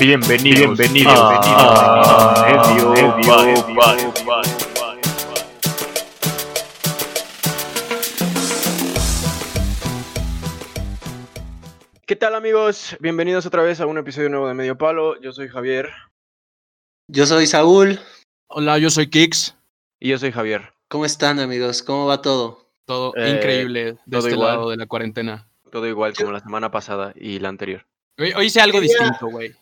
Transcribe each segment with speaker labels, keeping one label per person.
Speaker 1: Bienvenidos, bienvenidos,
Speaker 2: Ah,
Speaker 1: a Edio Bye.
Speaker 2: ¿Qué tal amigos? Bienvenidos otra vez a un episodio nuevo de Medio Palo. Yo soy Javier.
Speaker 3: Yo soy Saúl.
Speaker 4: Hola, yo soy Kix.
Speaker 2: Y yo soy Javier.
Speaker 3: ¿Cómo están amigos? ¿Cómo va todo?
Speaker 4: Todo
Speaker 2: Eh,
Speaker 4: increíble de
Speaker 2: todo
Speaker 4: este
Speaker 2: igual.
Speaker 4: lado de la cuarentena.
Speaker 2: Todo igual como la semana pasada y la anterior.
Speaker 4: Hoy, hoy hice algo
Speaker 3: Quería-
Speaker 4: distinto, güey.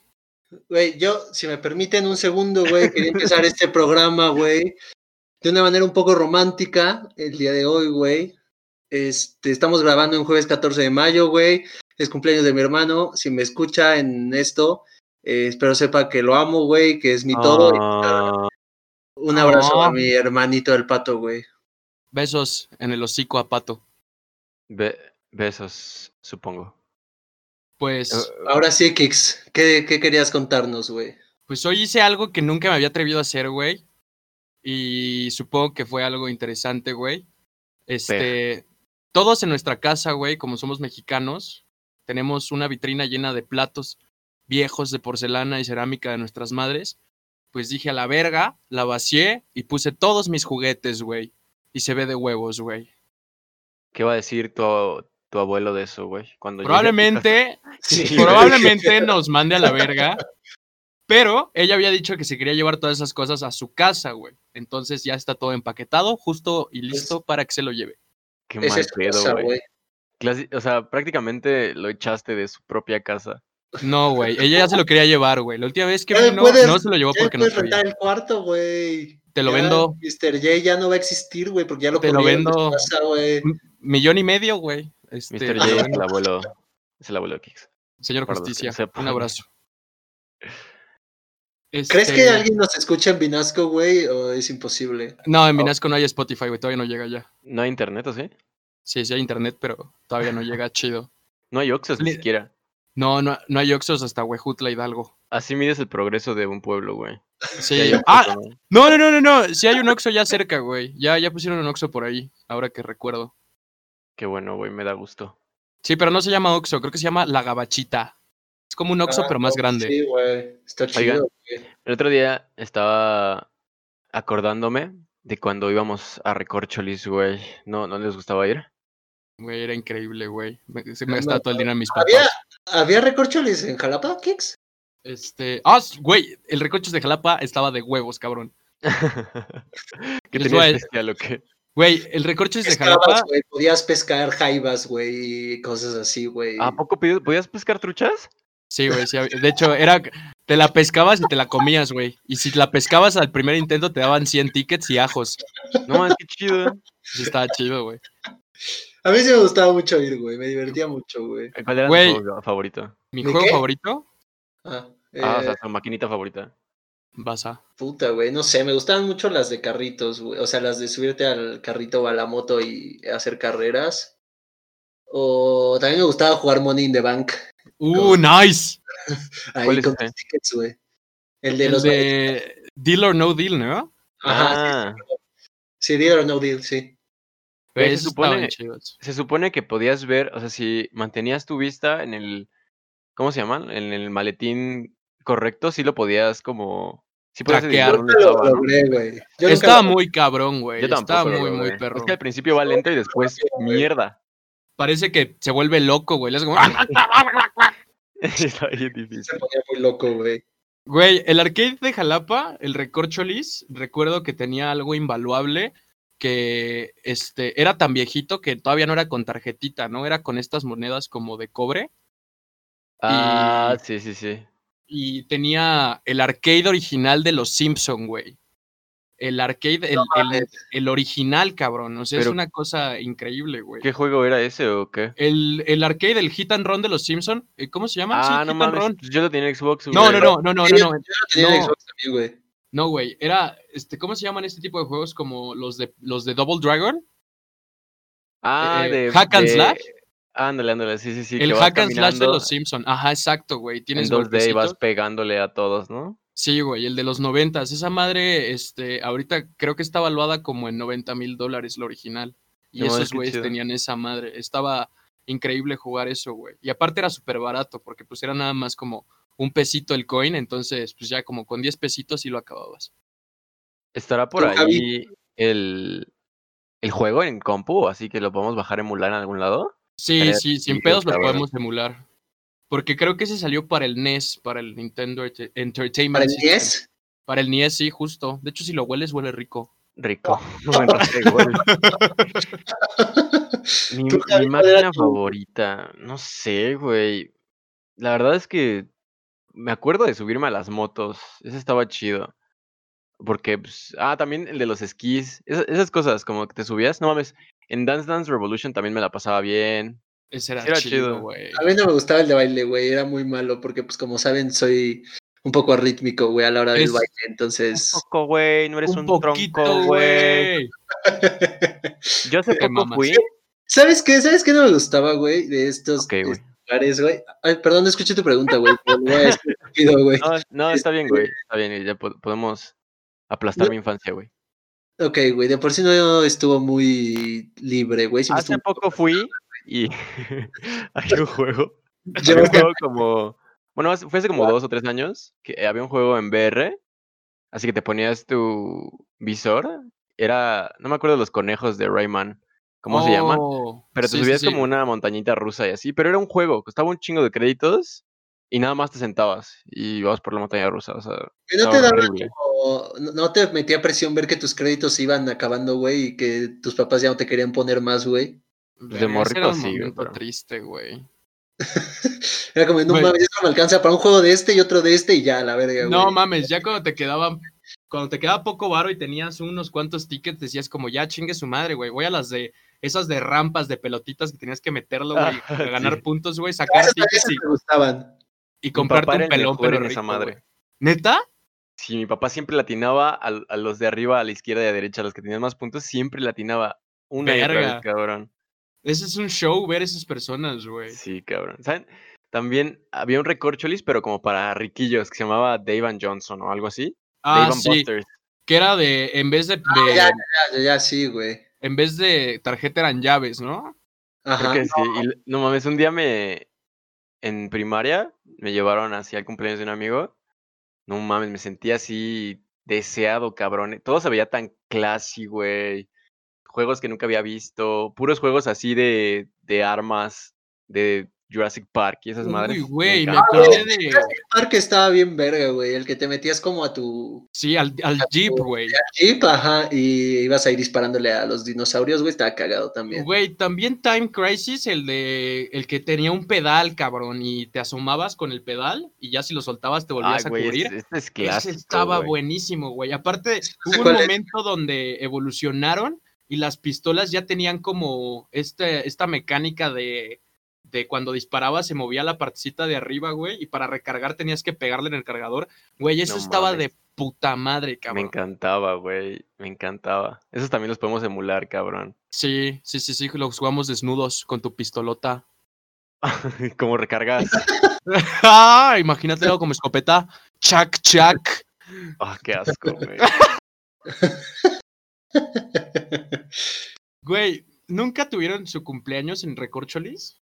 Speaker 3: Güey, yo, si me permiten un segundo, güey, quería empezar este programa, güey, de una manera un poco romántica el día de hoy, güey. Este, estamos grabando en jueves 14 de mayo, güey. Es cumpleaños de mi hermano. Si me escucha en esto, eh, espero sepa que lo amo, güey, que es mi todo.
Speaker 2: Ah,
Speaker 3: Un abrazo
Speaker 4: Ah.
Speaker 3: a mi hermanito el pato, güey.
Speaker 4: Besos en el hocico a Pato.
Speaker 2: be- besos, supongo. Eh.
Speaker 4: Pues,
Speaker 3: Ahora sí, Kix, ¿qué, qué querías contarnos, güey?
Speaker 4: pues hoy hice algo que nunca me había atrevido a hacer, güey. Y supongo que fue algo interesante, güey. Este, todos en nuestra casa, güey, como somos mexicanos, tenemos una vitrina llena de platos viejos de porcelana y cerámica de nuestras madres. Pues dije a la verga, la vacié y puse todos mis juguetes, güey. Y se ve de huevos, güey.
Speaker 2: ¿Qué va a decir tu, tu abuelo de eso, güey? Cuando llegue a tu
Speaker 4: Probablemente,
Speaker 3: Sí, güey.
Speaker 4: probablemente nos mande a la verga. Pero ella había dicho que se quería llevar todas esas cosas a su casa, güey. Entonces ya está todo empaquetado, justo y listo para que se lo lleve.
Speaker 2: casa- Qué
Speaker 3: Esa
Speaker 2: mal
Speaker 3: es tu
Speaker 2: pedo,
Speaker 3: cosa,
Speaker 2: güey.
Speaker 3: güey.
Speaker 2: Clasi- O sea, prácticamente lo echaste de su propia casa.
Speaker 4: No, güey. Ella ya se lo quería llevar, güey. La última vez que
Speaker 3: Ya me
Speaker 4: vino,
Speaker 3: puedes-
Speaker 4: no se lo llevó
Speaker 3: Ya
Speaker 4: porque no
Speaker 3: puedes
Speaker 4: sabía.
Speaker 3: rentar el cuarto, güey.
Speaker 4: Te lo
Speaker 3: Ya,
Speaker 4: vendo.
Speaker 3: Mr. J ya no va a existir, güey, porque ya lo
Speaker 4: Te lo
Speaker 3: corrieron de su
Speaker 4: vendo.
Speaker 3: casa, güey.
Speaker 4: Millón y medio, güey. Este,
Speaker 2: Mr.
Speaker 4: te lo
Speaker 2: J es
Speaker 4: vendo.
Speaker 2: el abuelo. Es el abuelo de Kix.
Speaker 4: Señor
Speaker 2: para los que
Speaker 4: Justicia,
Speaker 2: sepan.
Speaker 4: un abrazo.
Speaker 3: ¿Crees que
Speaker 4: Este,
Speaker 3: alguien nos escucha en Vinasco, güey? O es imposible.
Speaker 4: No, en Minasco no hay Spotify, güey. Todavía no llega ya.
Speaker 2: No hay internet, ¿o sí?
Speaker 4: Sí, sí hay internet, pero todavía no llega chido.
Speaker 2: No hay Oxxos ni
Speaker 4: Li-
Speaker 2: siquiera.
Speaker 4: No, no, no hay Oxxos hasta Huejutla Hidalgo.
Speaker 2: Así mides el progreso de un pueblo, güey. Que
Speaker 4: Sí.
Speaker 2: hay Oxxos,
Speaker 4: Ah,
Speaker 2: ¿no?
Speaker 4: no, no, no, no, no. Sí hay un Oxxo ya cerca, güey. Ya, ya pusieron un Oxxo por ahí, ahora que recuerdo.
Speaker 2: Qué bueno, güey, me da gusto.
Speaker 4: Sí, pero no se llama Oxxo, creo que se llama La Gabachita. Es como un Oxxo,
Speaker 3: Ah,
Speaker 4: pero más
Speaker 3: no,
Speaker 4: grande.
Speaker 3: Sí, güey. Está
Speaker 2: Oigan.
Speaker 3: chido, güey.
Speaker 2: El otro día estaba acordándome de cuando íbamos a Recorcholis, güey. ¿No, ¿No les gustaba ir?
Speaker 4: Güey, era increíble, güey. Me- Se me
Speaker 3: No,
Speaker 4: gastaba todo el dinero en mis
Speaker 3: Había,
Speaker 4: papás.
Speaker 3: había recorcholis en Jalapa, Kix.
Speaker 4: Este. Ah, s- güey, el Recochos de Jalapa estaba de huevos, cabrón.
Speaker 2: ¿Qué
Speaker 4: Les
Speaker 2: tenía
Speaker 4: voy a-
Speaker 2: especial o qué?
Speaker 4: Güey, el Recochos de
Speaker 3: Pescabas,
Speaker 4: Jalapa.
Speaker 3: güey. Podías pescar jaivas, güey, y cosas así, güey.
Speaker 2: ¿A poco pedi- podías pescar truchas?
Speaker 4: Sí, güey, sí. había- De hecho, era. Te la pescabas y te la comías, güey. Y si la pescabas al primer intento, te daban 100 tickets y ajos.
Speaker 2: No mames, qué chido.
Speaker 4: Sí, estaba chido, güey.
Speaker 3: A mí sí me gustaba mucho ir, güey. Me divertía mucho, güey.
Speaker 2: ¿Cuál era
Speaker 4: Güey.
Speaker 2: tu juego favorito?
Speaker 4: Mi
Speaker 3: ¿De
Speaker 4: juego
Speaker 3: qué?
Speaker 4: favorito,
Speaker 3: Ah,
Speaker 2: Ah, o
Speaker 3: eh,
Speaker 2: sea, tu maquinita favorita.
Speaker 4: Baza.
Speaker 3: Puta, güey, no sé, me gustaban mucho las de carritos, güey. O sea, las de subirte al carrito o a la moto y hacer carreras. O también me gustaba jugar Money in the Bank.
Speaker 4: Uh, nice.
Speaker 2: ¿Cuál
Speaker 3: Ahí
Speaker 2: es
Speaker 3: con
Speaker 2: ese?
Speaker 3: tus tickets, güey. El de
Speaker 4: El
Speaker 3: los.
Speaker 4: de Deal or No Deal, ¿no?
Speaker 3: Ajá,
Speaker 2: Ah,
Speaker 3: sí, deal or no deal, sí.
Speaker 2: Güey, se
Speaker 4: Esos estaban
Speaker 2: supone-
Speaker 4: chidos.
Speaker 2: se supone que podías ver, o sea, si mantenías tu vista en el, ¿cómo se llaman? En el maletín correcto, sí lo podías como... Sí podías
Speaker 4: Traquear.
Speaker 2: adivinar dónde
Speaker 3: Nunca lo
Speaker 2: estaba, ¿no?
Speaker 3: logré, güey. Yo nunca
Speaker 4: Estaba
Speaker 3: lo-
Speaker 4: muy cabrón, güey.
Speaker 2: Yo tampoco.
Speaker 4: Estaba
Speaker 2: lo
Speaker 4: muy,
Speaker 2: logré.
Speaker 4: muy perro.
Speaker 2: Es que al principio va lento y después
Speaker 3: güey.
Speaker 2: mierda.
Speaker 4: Parece que se vuelve loco, güey. Le hace como-
Speaker 2: Está bien difícil.
Speaker 3: Se ponía muy loco, güey.
Speaker 4: Güey, el arcade de Jalapa, el Recorcholis, recuerdo que tenía algo invaluable que este era tan viejito que todavía no era con tarjetita, ¿no? Era con estas monedas como de cobre
Speaker 2: Ah, sí, sí, sí.
Speaker 4: y tenía el arcade original de los Simpson, güey. El arcade, el,
Speaker 3: Ah,
Speaker 4: el- el original, cabrón. O sea,
Speaker 2: Pero-
Speaker 4: es una cosa increíble, güey.
Speaker 2: ¿Qué juego era ese o qué?
Speaker 4: El, el arcade, el hit and run de los Simpson, eh, ¿cómo se llama? Sí,
Speaker 2: Ah, no
Speaker 4: hit and
Speaker 2: mames.
Speaker 4: run.
Speaker 2: Yo lo tenía en Xbox.
Speaker 4: No,
Speaker 2: güey.
Speaker 4: no, no, no, no,
Speaker 3: Sí,
Speaker 4: no, no,
Speaker 3: Yo lo tenía en
Speaker 4: No.
Speaker 3: Xbox también, güey.
Speaker 2: Ah,
Speaker 4: no, güey. Era, este, ¿cómo se llaman este tipo de juegos como los de los de Double Dragon?
Speaker 2: Ah,
Speaker 4: Eh,
Speaker 2: de.
Speaker 4: hack and
Speaker 2: de-
Speaker 4: slash.
Speaker 2: Ándale, ándale. Sí, sí, sí. que
Speaker 4: el
Speaker 2: vas
Speaker 4: hack and slash de
Speaker 2: caminando
Speaker 4: los Simpson. Ajá, exacto, güey.
Speaker 2: En
Speaker 4: Tienes
Speaker 2: 2D y vas
Speaker 4: golpecitos.
Speaker 2: pegándole a todos, ¿no?
Speaker 4: Sí, güey, el de los noventas. Esa madre, este, ahorita creo que está valuada como en 90 mil dólares la original. Y
Speaker 2: No mames,
Speaker 4: esos
Speaker 2: qué
Speaker 4: güeyes
Speaker 2: chido.
Speaker 4: tenían esa madre. Estaba increíble jugar eso, güey. Y aparte era súper barato, porque pues era nada más como un pesito el coin, entonces pues ya como con 10 pesitos sí lo acababas.
Speaker 2: Estará por ahí el, el juego en compu, así que lo podemos bajar emular en algún lado.
Speaker 4: Sí,
Speaker 2: Estaría
Speaker 4: sí, sin
Speaker 2: difícil,
Speaker 4: pedos lo
Speaker 2: la verdad.
Speaker 4: podemos emular. Porque creo que se salió para el NES, para el Nintendo Ent-
Speaker 3: ¿Para
Speaker 4: Entertainment.
Speaker 3: el
Speaker 2: E
Speaker 3: E
Speaker 4: System.
Speaker 3: 10?
Speaker 4: Para el NES, sí, justo. De hecho, si lo hueles, huele rico.
Speaker 2: Rico. Bueno, igual. Mi,
Speaker 3: Tú,
Speaker 2: mi
Speaker 3: Javi, ¿cuál era
Speaker 2: máquina
Speaker 3: tu-
Speaker 2: favorita. No sé, güey. La verdad es que me acuerdo de subirme a las motos. Ese estaba chido. Porque, pues, ah, también el de los esquís. Esa- esas cosas, como que te subías. No mames. En Dance Dance Revolution también me la pasaba bien.
Speaker 4: Ese era,
Speaker 2: Era
Speaker 4: chido,
Speaker 2: chido.
Speaker 4: güey.
Speaker 3: A mí no me gustaba el de baile, güey. Era muy malo porque, pues, como saben, soy un poco arrítmico, güey, a la hora del
Speaker 4: Es-
Speaker 3: baile. Entonces,
Speaker 2: Un poco, güey. No eres un, tronco, güey. Yo hace
Speaker 4: Te
Speaker 2: poco
Speaker 4: mamas.
Speaker 2: fui.
Speaker 3: ¿sabes qué? ¿Sabes qué no me gustaba, güey? De estos
Speaker 2: Ok, güey.
Speaker 3: lugares, güey. Ay, perdón, no escuché tu pregunta, güey. pero lo voy a decir rápido, güey.
Speaker 2: No, no, está bien, güey. Está bien. Ya po- podemos aplastar mi infancia, güey.
Speaker 3: Ok, güey, de por sí no estuvo muy libre, güey. siempre
Speaker 4: Ah,
Speaker 2: Hace
Speaker 3: estuvo-
Speaker 2: poco fui y hay un juego.
Speaker 3: Yo-
Speaker 2: Había un juego como. Bueno, hace- fue hace como dos o tres años que había un juego en VR. Así que te ponías tu visor. Era. No me acuerdo los conejos de Rayman. ¿Cómo se llaman?
Speaker 4: Oh,
Speaker 2: Pero te
Speaker 4: sí, sí,
Speaker 2: subías
Speaker 4: sí.
Speaker 2: como una montañita rusa y así. Pero era un juego. Costaba un chingo de créditos. Y nada más te sentabas. Y ibas por la montaña rusa. O sea,
Speaker 3: que no te
Speaker 2: estaba
Speaker 3: daba
Speaker 2: horrible.
Speaker 3: como- no- no te metía presión ver que tus créditos se iban acabando, güey, y que tus papás ya no te querían poner más, güey.
Speaker 4: Verga, ese
Speaker 2: morrito
Speaker 4: era un
Speaker 2: sí, güey,
Speaker 4: momento
Speaker 2: pero-
Speaker 4: triste, güey.
Speaker 3: Era como, no
Speaker 4: Güey.
Speaker 3: mames, esto me alcanza para un juego de este y otro de este y ya, la verga, güey.
Speaker 4: No mames, ya cuando te quedaban, cuando te quedaba poco varo y tenías unos cuantos tickets, decías como ya chingue su madre, güey. Voy a las de esas de rampas de pelotitas que tenías que meterlo, güey,
Speaker 2: Ah,
Speaker 4: para ganar
Speaker 2: sí.
Speaker 4: puntos, güey,
Speaker 3: Ah,
Speaker 4: sacar
Speaker 3: esos-
Speaker 4: tickets
Speaker 3: esos
Speaker 4: y,
Speaker 3: me gustaban.
Speaker 4: y
Speaker 2: Mi papá
Speaker 4: comprarte
Speaker 2: era
Speaker 4: un
Speaker 2: el mejor
Speaker 4: pelón, pero
Speaker 2: en esa
Speaker 4: rico,
Speaker 2: madre.
Speaker 4: güey. ¿Neta?
Speaker 2: Si mi papá siempre latinaba a, a los de arriba, a la izquierda y a la derecha, a los que tenían más puntos, siempre latinaba una y otra
Speaker 4: Verga.
Speaker 2: vez, cabrón.
Speaker 4: Ese es un show ver esas personas, güey.
Speaker 2: Sí, cabrón. ¿Saben? También había un recorcholis, pero como para riquillos, que se llamaba Dave and Johnson o algo así.
Speaker 4: Ah,
Speaker 2: Dave and
Speaker 4: sí,
Speaker 2: Buster's.
Speaker 4: que era de, en vez de, de-
Speaker 3: Ah, ya, Ya, ya, sí, güey.
Speaker 4: en vez de tarjeta eran llaves, ¿no?
Speaker 2: Creo
Speaker 3: Ajá.
Speaker 2: que sí. Y l- no mames, un día me. En primaria, me llevaron así al cumpleaños de un amigo. No mames, me sentía así deseado, cabrón. eh, Todo se veía tan classy, güey. Juegos que nunca había visto. Puros juegos así de, de armas, de Jurassic Park y esas madres.
Speaker 4: Uy,
Speaker 2: me
Speaker 4: güey, me
Speaker 3: Ah,
Speaker 2: encantaba.
Speaker 4: acordé de,
Speaker 3: El parque estaba bien verga, güey. El que te metías como a tu
Speaker 4: sí, al, al Jeep, güey.
Speaker 3: jeep, ajá, y ibas a ir disparándole a los dinosaurios, güey. Estaba cagado también.
Speaker 4: Güey, también Time Crisis, el de el que tenía un pedal, cabrón, y te asomabas con el pedal y ya si lo soltabas te
Speaker 2: Ay,
Speaker 4: volvías a
Speaker 2: güey,
Speaker 4: cubrir.
Speaker 2: este, este es
Speaker 4: Ese
Speaker 2: clásico.
Speaker 4: estaba
Speaker 2: güey.
Speaker 4: buenísimo, güey. Aparte, hubo un
Speaker 3: cuál es.
Speaker 4: momento donde evolucionaron y las pistolas ya tenían como este, esta mecánica de, de cuando disparabas se movía la partecita de arriba, güey, y para recargar tenías que pegarle en el cargador. Güey, eso
Speaker 2: No
Speaker 4: estaba
Speaker 2: mames.
Speaker 4: de puta madre,
Speaker 2: Me
Speaker 4: cabrón.
Speaker 2: encantaba, güey. Me encantaba. Esos también los podemos emular, cabrón.
Speaker 4: Sí, sí, sí, sí, los jugamos desnudos con tu pistolota.
Speaker 2: Como recargas.
Speaker 4: ¡Ah! Imagínate algo como escopeta. Chac, chac.
Speaker 2: Ah, qué asco, güey.
Speaker 4: Güey, ¿nunca tuvieron su cumpleaños en Recorcholis?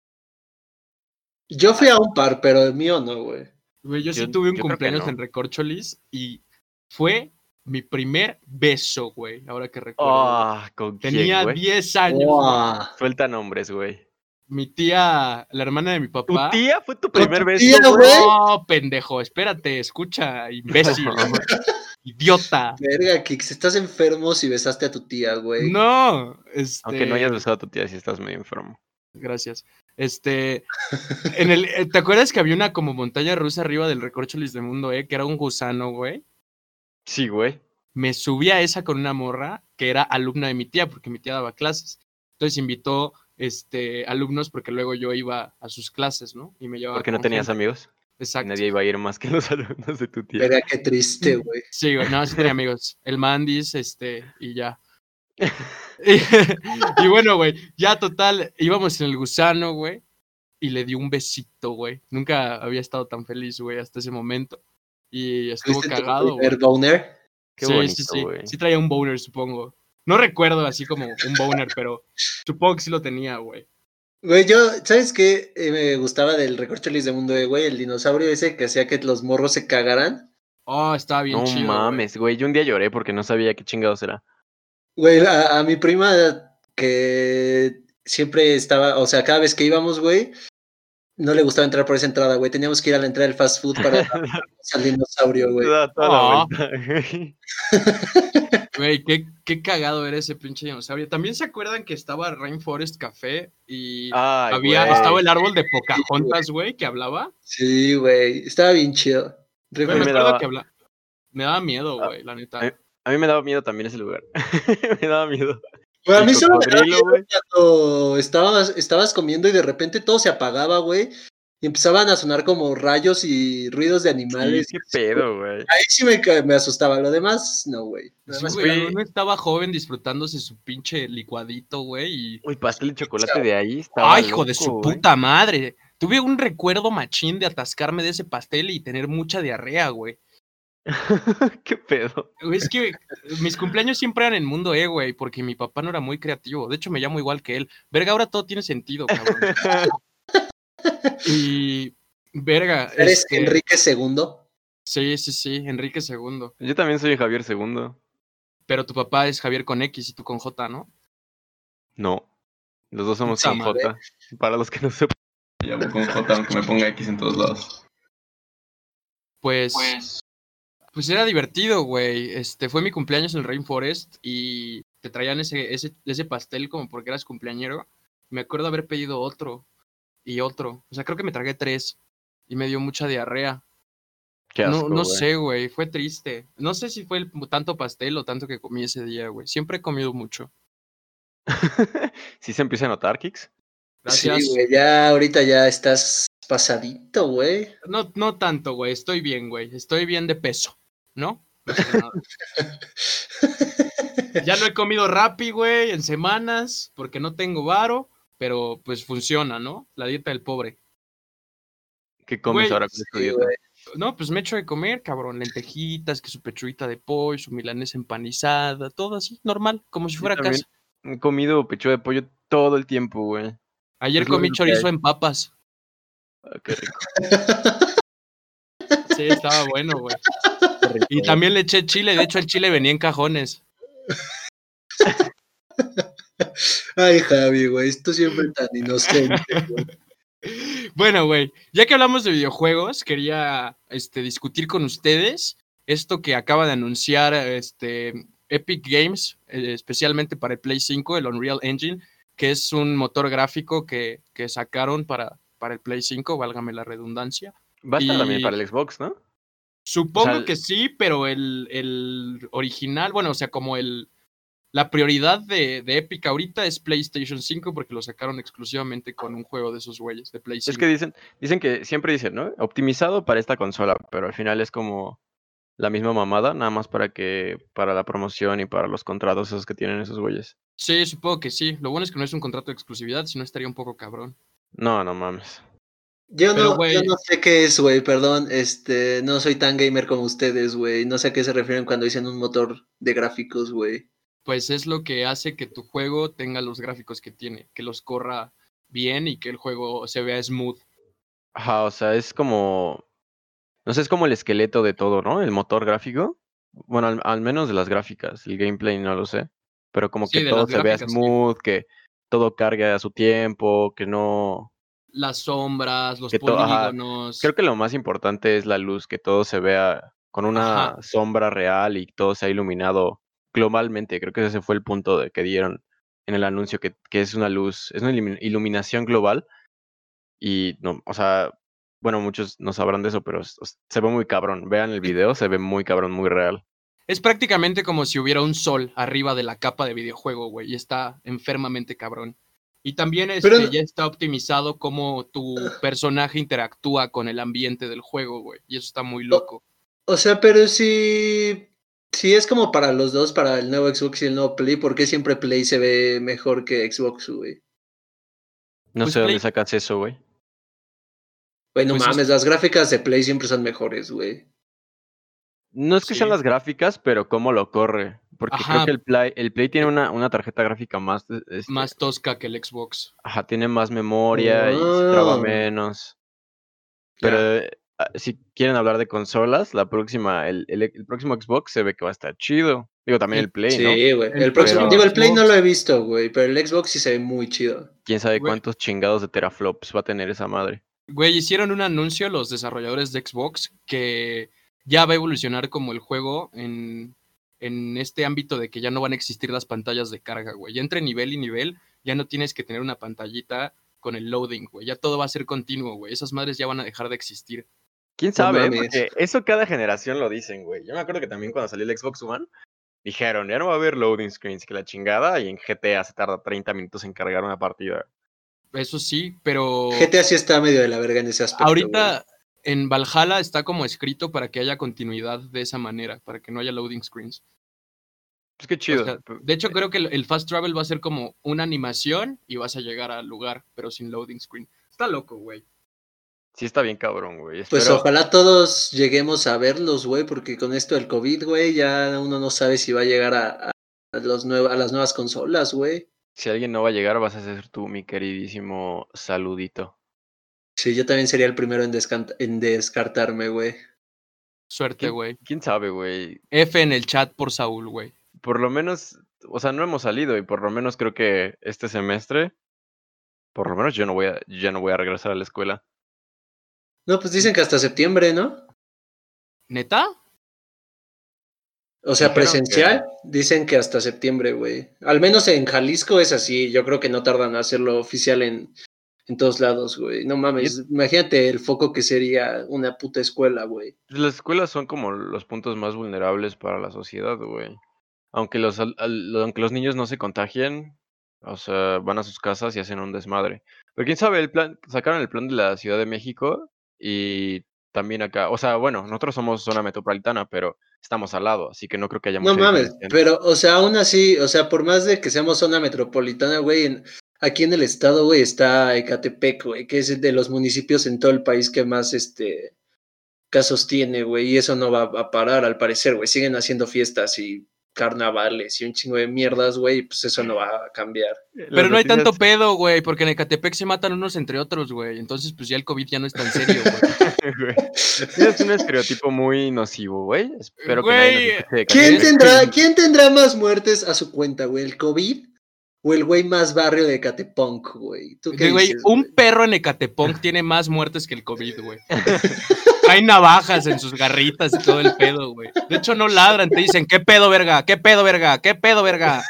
Speaker 3: Yo fui a un par, pero el mío no, güey.
Speaker 4: Güey, yo, sí
Speaker 2: Yo-
Speaker 4: tuve
Speaker 2: yo creo
Speaker 4: un
Speaker 2: que
Speaker 4: cumpleaños
Speaker 2: no.
Speaker 4: en Recorcholis y fue mi primer beso, güey. Ahora que recuerdo. güey.
Speaker 2: Ah, ¿con quién,
Speaker 4: Tenía
Speaker 2: güey?
Speaker 4: 10 años. güey.
Speaker 3: Guau.
Speaker 2: Suelta nombres, güey.
Speaker 4: Mi tía, la hermana de mi
Speaker 2: ¿Tu
Speaker 4: papá.
Speaker 2: tía fue tu
Speaker 3: ¿Con tu
Speaker 2: primer
Speaker 3: tía,
Speaker 2: beso?
Speaker 3: güey?
Speaker 4: No, pendejo, espérate, escucha, imbécil, idiota.
Speaker 3: Verga, Kix, estás enfermo si besaste a tu tía, güey.
Speaker 4: No, este...
Speaker 2: Aunque no hayas besado a tu tía, si estás medio enfermo.
Speaker 4: Gracias. Este, en el, eh, ¿te acuerdas que había una como montaña rusa arriba del recorcholis de Mundo E, que era un gusano, güey?
Speaker 2: Sí, güey.
Speaker 4: Me subí a esa con una morra que era alumna de mi tía, porque mi tía daba clases. Entonces invitó este, alumnos porque luego yo iba a sus clases, ¿no? Y me llevaba.
Speaker 2: Porque no
Speaker 4: con
Speaker 2: tenías
Speaker 4: gente.
Speaker 2: amigos.
Speaker 4: Exacto.
Speaker 2: Nadie iba a ir más que los alumnos de tu tía.
Speaker 3: Verga, qué triste, güey.
Speaker 4: Sí, güey, no, sí tenía amigos. El Mandis, este, y ya. y, y bueno, güey, ya total, íbamos en el gusano, güey, y le di un besito, güey. Nunca había estado tan feliz, güey, hasta ese momento. Y estuvo
Speaker 3: ¿Fuiste tu
Speaker 4: cagado, güey.
Speaker 3: primer boner?
Speaker 2: Qué
Speaker 4: sí,
Speaker 2: bonito,
Speaker 4: sí, sí.
Speaker 2: güey.
Speaker 4: Sí traía un boner, supongo. No recuerdo así como un boner, pero supongo que sí lo tenía, güey.
Speaker 3: Güey, yo, ¿sabes qué Eh, me gustaba del recorcholis de Mundo de Güey? El dinosaurio ese que hacía que los morros se cagaran.
Speaker 4: Oh, estaba bien
Speaker 2: No
Speaker 4: chido. güey.
Speaker 2: mames, güey. Yo un día lloré porque no sabía qué chingados era.
Speaker 3: Güey, a, a mi prima que siempre estaba, o sea, cada vez que íbamos, güey, no le gustaba entrar por esa entrada, güey. Teníamos que ir a la entrada del fast food para atraparnos al dinosaurio, güey.
Speaker 2: Da toda
Speaker 4: Ah.
Speaker 2: la vuelta.
Speaker 4: Güey, qué, qué cagado era ese pinche dinosaurio. También se acuerdan que estaba Rainforest Café y
Speaker 2: Ay,
Speaker 4: había,
Speaker 2: güey.
Speaker 4: estaba el árbol de Pocahontas, güey, que hablaba.
Speaker 3: Sí, güey, estaba bien chido. Re-
Speaker 4: Güey, me,
Speaker 2: me
Speaker 4: acuerdo
Speaker 2: daba-
Speaker 4: que habla- Me daba miedo,
Speaker 2: Ah,
Speaker 4: güey, la neta.
Speaker 2: eh, A mí me daba miedo también ese lugar. me daba miedo.
Speaker 3: Güey, a
Speaker 2: el
Speaker 3: mí solo me daba
Speaker 2: cocodrilo,
Speaker 3: miedo
Speaker 2: güey.
Speaker 3: cuando estabas, estabas comiendo y de repente todo se apagaba, güey. Y empezaban a sonar como rayos y ruidos de
Speaker 2: Sí,
Speaker 3: animales.
Speaker 2: qué pedo, güey.
Speaker 3: Ahí sí me, ca- me asustaba. Lo demás, no, güey. Lo
Speaker 4: Sí,
Speaker 3: demás-
Speaker 4: güey,
Speaker 2: güey.
Speaker 4: uno estaba joven disfrutándose su pinche licuadito, güey, y...
Speaker 2: Uy, pastel de chocolate de ahí estaba
Speaker 4: ¡Ay, hijo de
Speaker 2: loco,
Speaker 4: su
Speaker 2: güey.
Speaker 4: puta madre! Tuve un recuerdo machín de atascarme de ese pastel y tener mucha diarrea, güey.
Speaker 2: qué pedo.
Speaker 4: Güey, Es que mis cumpleaños siempre eran en mundo, eh, güey, porque mi papá no era muy creativo. De hecho, me llamo igual que él. Verga, ahora todo tiene sentido, cabrón. Y... Verga.
Speaker 3: Eres
Speaker 4: este,
Speaker 3: Enrique II.
Speaker 4: Sí, sí, sí, Enrique II.
Speaker 2: Yo también soy Javier Segundo.
Speaker 4: Pero tu papá es Javier con X y tú con J, ¿no?
Speaker 2: No. Los dos somos
Speaker 3: Sí,
Speaker 2: con
Speaker 3: güey.
Speaker 2: J. Para los que no sepan.
Speaker 5: Me llamo con J, aunque me ponga X en todos lados.
Speaker 4: Pues... Pues era divertido, güey. Este, fue mi cumpleaños en el Rainforest y te traían ese, ese, ese pastel como porque eras cumpleañero. Me acuerdo haber pedido otro y otro. O sea, creo que me tragué tres y me dio mucha diarrea.
Speaker 2: Qué asco,
Speaker 4: no no
Speaker 2: güey.
Speaker 4: sé, güey. Fue triste. No sé si fue el tanto pastel o tanto que comí ese día, güey. Siempre he comido mucho.
Speaker 2: ¿Sí se empieza a notar, Kix?
Speaker 4: Gracias.
Speaker 3: Sí, güey, ya ahorita ya estás pasadito, güey.
Speaker 4: no, no tanto, güey. Estoy bien, güey. Estoy bien de peso, ¿no? No pasa nada. Ya no he comido Rappi, güey, en semanas, porque no tengo varo, pero pues funciona, ¿no? La dieta del pobre.
Speaker 2: ¿Qué comes
Speaker 4: Güey,
Speaker 2: ahora con tu
Speaker 3: Sí,
Speaker 2: dieta?
Speaker 3: güey.
Speaker 4: No, pues me echo de comer, cabrón, lentejitas, que su pechuita de pollo, su milanesa empanizada, todo así, normal, como si fuera
Speaker 2: también.
Speaker 4: casa.
Speaker 2: He comido pecho de pollo todo el tiempo, güey.
Speaker 4: Ayer
Speaker 2: es lo
Speaker 4: comí
Speaker 2: único que hay.
Speaker 4: chorizo en papas.
Speaker 2: Ah, qué rico.
Speaker 4: Sí, estaba bueno, güey. Y también le eché chile, de hecho el chile venía en cajones.
Speaker 3: Ay, Javi, güey, esto siempre tan inocente. güey.
Speaker 4: Bueno, güey, ya que hablamos de videojuegos, quería este, discutir con ustedes esto que acaba de anunciar este, Epic Games, eh, especialmente para el Play 5, el Unreal Engine, que es un motor gráfico que, que sacaron para, para el Play 5, válgame la redundancia.
Speaker 2: Va a estar también
Speaker 4: Y-
Speaker 2: para el Xbox, ¿no?
Speaker 4: Supongo
Speaker 2: sea,
Speaker 4: que sí, pero el, el original, bueno, o sea, como el... La prioridad de, de Epic ahorita es PlayStation 5 porque lo sacaron exclusivamente con un juego de esos güeyes de PlayStation.
Speaker 2: Es que dicen, dicen que siempre dicen, ¿no? Optimizado para esta consola, pero al final es como la misma mamada, nada más para que, para la promoción y para los contratos esos que tienen esos güeyes.
Speaker 4: Sí, supongo que sí. Lo bueno es que no es un contrato de exclusividad, si no estaría un poco cabrón.
Speaker 2: No, no mames.
Speaker 3: Yo
Speaker 4: Pero,
Speaker 3: no,
Speaker 4: güey-
Speaker 3: yo no sé qué es, güey, perdón. Este, no soy tan gamer como ustedes, güey. No sé a qué se refieren cuando dicen un motor de gráficos, güey.
Speaker 4: Pues es lo que hace que tu juego tenga los gráficos que tiene, que los corra bien y que el juego se vea smooth.
Speaker 2: Ajá, o sea, es como. No sé, es como el esqueleto de todo, ¿no? El motor gráfico. Bueno, al, al menos de las gráficas. El gameplay no lo sé. Pero como
Speaker 4: Sí,
Speaker 2: que
Speaker 4: de
Speaker 2: todo
Speaker 4: las
Speaker 2: se vea
Speaker 4: gráficas, sí.
Speaker 2: smooth, que todo cargue a su tiempo, que no.
Speaker 4: Las sombras, los
Speaker 2: Que to- ajá.
Speaker 4: polígonos.
Speaker 2: Creo que lo más importante es la luz, que todo se vea con una
Speaker 4: Ajá.
Speaker 2: sombra real y todo sea iluminado globalmente. Creo que ese fue el punto de que dieron en el anuncio, que, que es una luz, es una ilumi- iluminación global. Y no, o sea, bueno, muchos no sabrán de eso, pero es- es- se ve muy cabrón. Vean el video, se ve muy cabrón, muy real.
Speaker 4: Es prácticamente como si hubiera un sol arriba de la capa de videojuego, güey, y está enfermamente cabrón. Y también este,
Speaker 3: Pero-
Speaker 4: ya está optimizado cómo tu personaje interactúa con el ambiente del juego, güey, y eso está muy loco.
Speaker 3: O sea, pero sí. Sí, es como para los dos, para el nuevo Xbox y el nuevo Play. ¿Por qué siempre Play se ve mejor que Xbox, güey?
Speaker 2: No
Speaker 4: Pues
Speaker 2: sé
Speaker 4: Play-
Speaker 2: dónde sacas eso, güey.
Speaker 3: Güey, no
Speaker 4: Pues es-
Speaker 3: mames, las gráficas de Play siempre son mejores, güey.
Speaker 2: No es que sean
Speaker 4: Sí.
Speaker 2: las gráficas, pero cómo lo corre. Porque
Speaker 4: Ajá. Eh
Speaker 2: creo que el Play, el Play tiene una, una tarjeta gráfica más, este,
Speaker 4: Más tosca que el Xbox.
Speaker 2: Ajá, tiene más memoria y se traba
Speaker 3: Ah.
Speaker 2: menos. Pero eh, ah, si quieren hablar de consolas, la próxima, el, el- el próximo Xbox se ve que va a estar chido. Digo, también el Play, ¿no?
Speaker 3: Sí, güey.
Speaker 4: El
Speaker 3: El próximo,
Speaker 2: Pero-
Speaker 3: digo, el Play no lo he visto, güey, pero el Xbox sí se ve muy chido.
Speaker 2: Quién sabe
Speaker 4: Güey.
Speaker 2: cuántos chingados de teraflops va a tener esa madre.
Speaker 4: Güey, hicieron un anuncio los desarrolladores de Xbox que ya va a evolucionar como el juego en, en este ámbito de que ya no van a existir las pantallas de carga, güey. Ya entre nivel y nivel, ya no tienes que tener una pantallita con el loading, güey. Ya todo va a ser continuo, güey. Esas madres ya van a dejar de existir.
Speaker 2: Quién sabe, eh?
Speaker 3: mames.
Speaker 2: porque eso cada generación lo dicen, güey. Yo me acuerdo que también cuando salió el Xbox One, dijeron, ya no va a haber loading screens, que la chingada, y en GTA se tarda 30 minutos en cargar una partida.
Speaker 4: Eso sí,
Speaker 2: Oh.
Speaker 4: pero
Speaker 3: GTA sí está medio de la verga en ese aspecto.
Speaker 4: ahorita en Valhalla está como escrito para que haya continuidad de esa manera, para que no haya loading screens.
Speaker 2: Es
Speaker 3: Pues
Speaker 2: que
Speaker 4: O
Speaker 2: Pues chido.
Speaker 4: sea,
Speaker 2: p-
Speaker 4: de hecho, creo que el, el fast travel va a ser como una animación y vas a llegar al lugar, pero sin loading screen. Está loco, güey.
Speaker 2: Sí está bien cabrón, güey.
Speaker 3: Pues
Speaker 2: Espero-
Speaker 3: ojalá todos lleguemos a verlos, güey, porque con esto del COVID, güey, ya uno no sabe si va a llegar a, a los nuev- a las nuevas consolas, güey.
Speaker 2: Si alguien no va a llegar, vas a ser tú, mi queridísimo saludito.
Speaker 3: Sí, yo también sería el primero en, descant- en descartarme, güey.
Speaker 4: Suerte,
Speaker 2: ¿Qué?
Speaker 4: güey.
Speaker 2: ¿Quién sabe, güey?
Speaker 4: F en el chat por Saúl, güey.
Speaker 2: Por lo menos, o sea, no hemos salido y por lo menos creo que este semestre, por lo menos yo no voy a, ya no voy a regresar a la escuela.
Speaker 3: No, pues dicen que hasta septiembre, ¿no?
Speaker 4: ¿Neta?
Speaker 3: O
Speaker 2: Dijeron
Speaker 3: sea,
Speaker 2: que-
Speaker 3: presencial, dicen que hasta septiembre, güey. Al menos en Jalisco es así, yo creo que no tardan en hacerlo oficial en, en todos lados, güey. No mames, imagínate el foco que sería una puta escuela, güey.
Speaker 2: Las escuelas son como los puntos más vulnerables para la sociedad, güey. Aunque los, al- al- aunque los niños no se contagien, o sea, van a sus casas y hacen un desmadre. Pero quién sabe, el plan, sacaron el plan de la Ciudad de México y también acá, o sea, bueno, nosotros somos zona metropolitana, pero estamos al lado, así que no creo que haya
Speaker 3: No
Speaker 2: mucha
Speaker 3: mames,
Speaker 2: diferencia.
Speaker 3: pero, o sea, aún así, o sea, por más de que seamos zona metropolitana, güey, en- aquí en el estado, güey, está Ecatepec, güey, que es de los municipios en todo el país que más, este, casos tiene, güey, y eso no va a parar, al parecer, güey, siguen haciendo fiestas y carnavales y un chingo de mierdas, güey, y pues eso no va a cambiar.
Speaker 4: pero no hay tanto pedo, güey, porque en Ecatepec se matan unos entre otros, güey. Entonces, pues ya el COVID ya no es tan serio, güey.
Speaker 2: güey. Tienes un estereotipo muy nocivo, güey. Espero que nadie nos
Speaker 4: Güey,
Speaker 2: escuche de
Speaker 3: ¿Quién
Speaker 2: Catepec.
Speaker 3: tendrá, ¿Quién tendrá más muertes a su cuenta, güey? ¿El COVID o el güey más barrio de Ecatepec, güey? ¿Tú qué
Speaker 4: Güey,
Speaker 3: dices,
Speaker 4: un perro en Ecatepec tiene más muertes que el COVID, güey. Hay navajas en sus garritas y todo el pedo, güey. De hecho, no ladran, te dicen, ¿qué pedo, verga? ¿Qué pedo, verga? ¿Qué pedo, verga?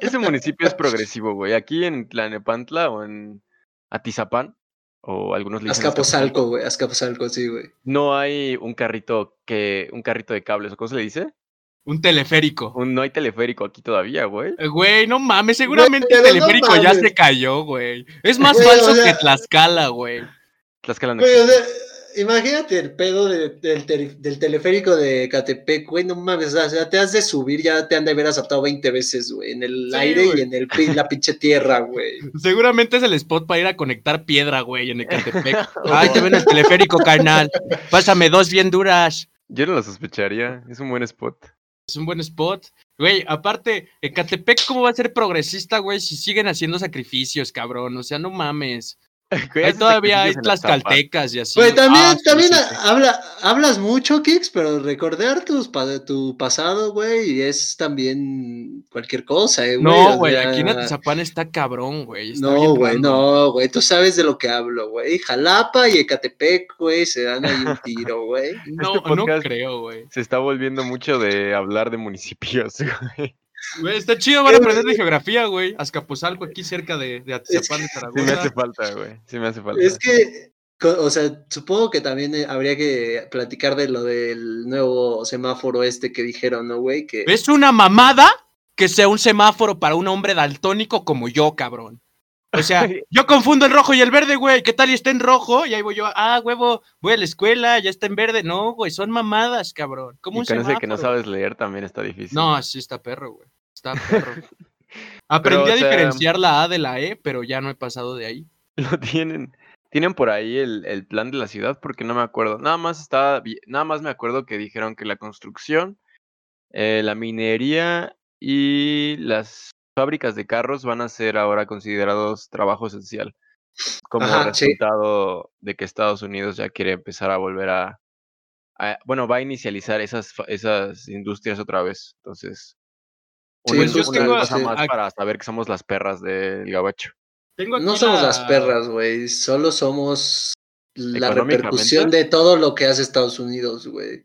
Speaker 2: Ese municipio es progresivo, güey. Aquí en Tlanepantla o en Atizapán, o algunos le dicen
Speaker 3: Azcapotzalco, güey, Azcapotzalco, sí, güey.
Speaker 2: no hay un carrito que, un carrito de cables, ¿o cómo se le dice?
Speaker 4: Un teleférico.
Speaker 2: Un- no hay teleférico aquí todavía, güey.
Speaker 4: Eh, Güey, no mames, seguramente
Speaker 3: pero
Speaker 4: el
Speaker 3: no
Speaker 4: teleférico ya
Speaker 3: mames.
Speaker 4: se cayó, güey. Es más
Speaker 3: Güey,
Speaker 4: falso
Speaker 3: o sea-
Speaker 4: que Tlaxcala, güey.
Speaker 2: Tlaxcala no
Speaker 3: Güey, o
Speaker 2: existe.
Speaker 4: pues,
Speaker 3: sea, imagínate el pedo de- del, tele- del teleférico de Catepec, güey, no mames, o sea, te has de subir, ya te han de haber atado 20 veces, güey, en el
Speaker 4: Sí,
Speaker 3: aire
Speaker 4: güey.
Speaker 3: y en el, pi- la pinche tierra, güey.
Speaker 4: Seguramente es el spot para ir a conectar piedra, güey, en Ecatepec. Ay, te ven el teleférico, carnal. Pásame dos bien duras.
Speaker 2: Yo no lo sospecharía, es un buen spot.
Speaker 4: Es un buen spot. Güey, aparte, Ecatepec, ¿cómo va a ser progresista, güey? Si siguen haciendo sacrificios, cabrón. O sea, no mames.
Speaker 2: Güey,
Speaker 4: Ahí
Speaker 2: hace
Speaker 4: todavía hay
Speaker 2: sacrificios en Atizapán.
Speaker 4: tlaxcaltecas y así.
Speaker 3: Güey, también,
Speaker 4: Ah, sí,
Speaker 3: también
Speaker 4: sí,
Speaker 3: ha- Habla, hablas mucho, Kix, pero recordar tus, pa- tu pasado, güey, es también cualquier cosa, eh,
Speaker 4: sí.
Speaker 3: güey.
Speaker 4: No,
Speaker 3: o
Speaker 4: güey,
Speaker 3: sea,
Speaker 4: aquí en Atizapán está cabrón, güey. está
Speaker 3: No,
Speaker 4: bien
Speaker 3: güey,
Speaker 4: random.
Speaker 3: no, güey, tú sabes de lo que hablo, güey. Jalapa y Ecatepec, güey, se dan ahí un tiro, güey.
Speaker 4: No,
Speaker 2: Este podcast-
Speaker 4: no creo, güey.
Speaker 2: Se está volviendo mucho de hablar de municipios, güey.
Speaker 4: Güey, está chido,
Speaker 2: Eh,
Speaker 4: van a aprender de geografía, güey. Azcapotzalco, aquí cerca de, de Atizapán de
Speaker 2: Sí me hace
Speaker 4: Zaragoza.
Speaker 2: falta, güey. Sí me hace falta.
Speaker 3: Es que, co- o sea, supongo que también eh, habría que platicar de lo del nuevo semáforo este que dijeron, ¿no, güey? Que
Speaker 4: Es una mamada que sea un semáforo para un hombre daltónico como yo, cabrón. O sea, yo confundo el rojo y el verde, güey. ¿Qué tal y está en rojo? Y ahí voy yo, ah, huevo, voy a la escuela, ya está en verde. No, güey, son mamadas, cabrón.
Speaker 2: Y
Speaker 4: ¿Cómo
Speaker 2: con
Speaker 4: un
Speaker 2: ese que no
Speaker 4: semáforo?
Speaker 2: sabes leer también está difícil.
Speaker 4: No, sí está perro, güey. Está perro.
Speaker 2: Pero,
Speaker 4: Aprendí
Speaker 2: o
Speaker 4: a
Speaker 2: sea-
Speaker 4: diferenciar la A de la E, pero ya no he pasado de ahí.
Speaker 2: Lo tienen. Tienen por ahí el, el plan de la ciudad porque no me acuerdo. Nada más estaba, vi- nada más me acuerdo que dijeron que la construcción Eh, la minería y las fábricas de carros van a ser ahora considerados trabajo esencial. Como
Speaker 3: Ajá, sí.
Speaker 2: resultado de que Estados Unidos ya quiere empezar a volver a, a- bueno, va a inicializar esas, fa- esas industrias otra vez. Entonces,
Speaker 3: Sí, este,
Speaker 2: una,
Speaker 4: pues yo
Speaker 2: una
Speaker 4: tengo
Speaker 2: cosa
Speaker 3: aquí-
Speaker 2: más
Speaker 4: aquí-
Speaker 2: para saber que somos las perras del gabacho.
Speaker 4: Tengo aquí
Speaker 3: No somos
Speaker 4: la-
Speaker 3: las perras, güey. Solo somos la
Speaker 2: Económicamente.
Speaker 3: repercusión de todo lo que hace Estados Unidos, güey.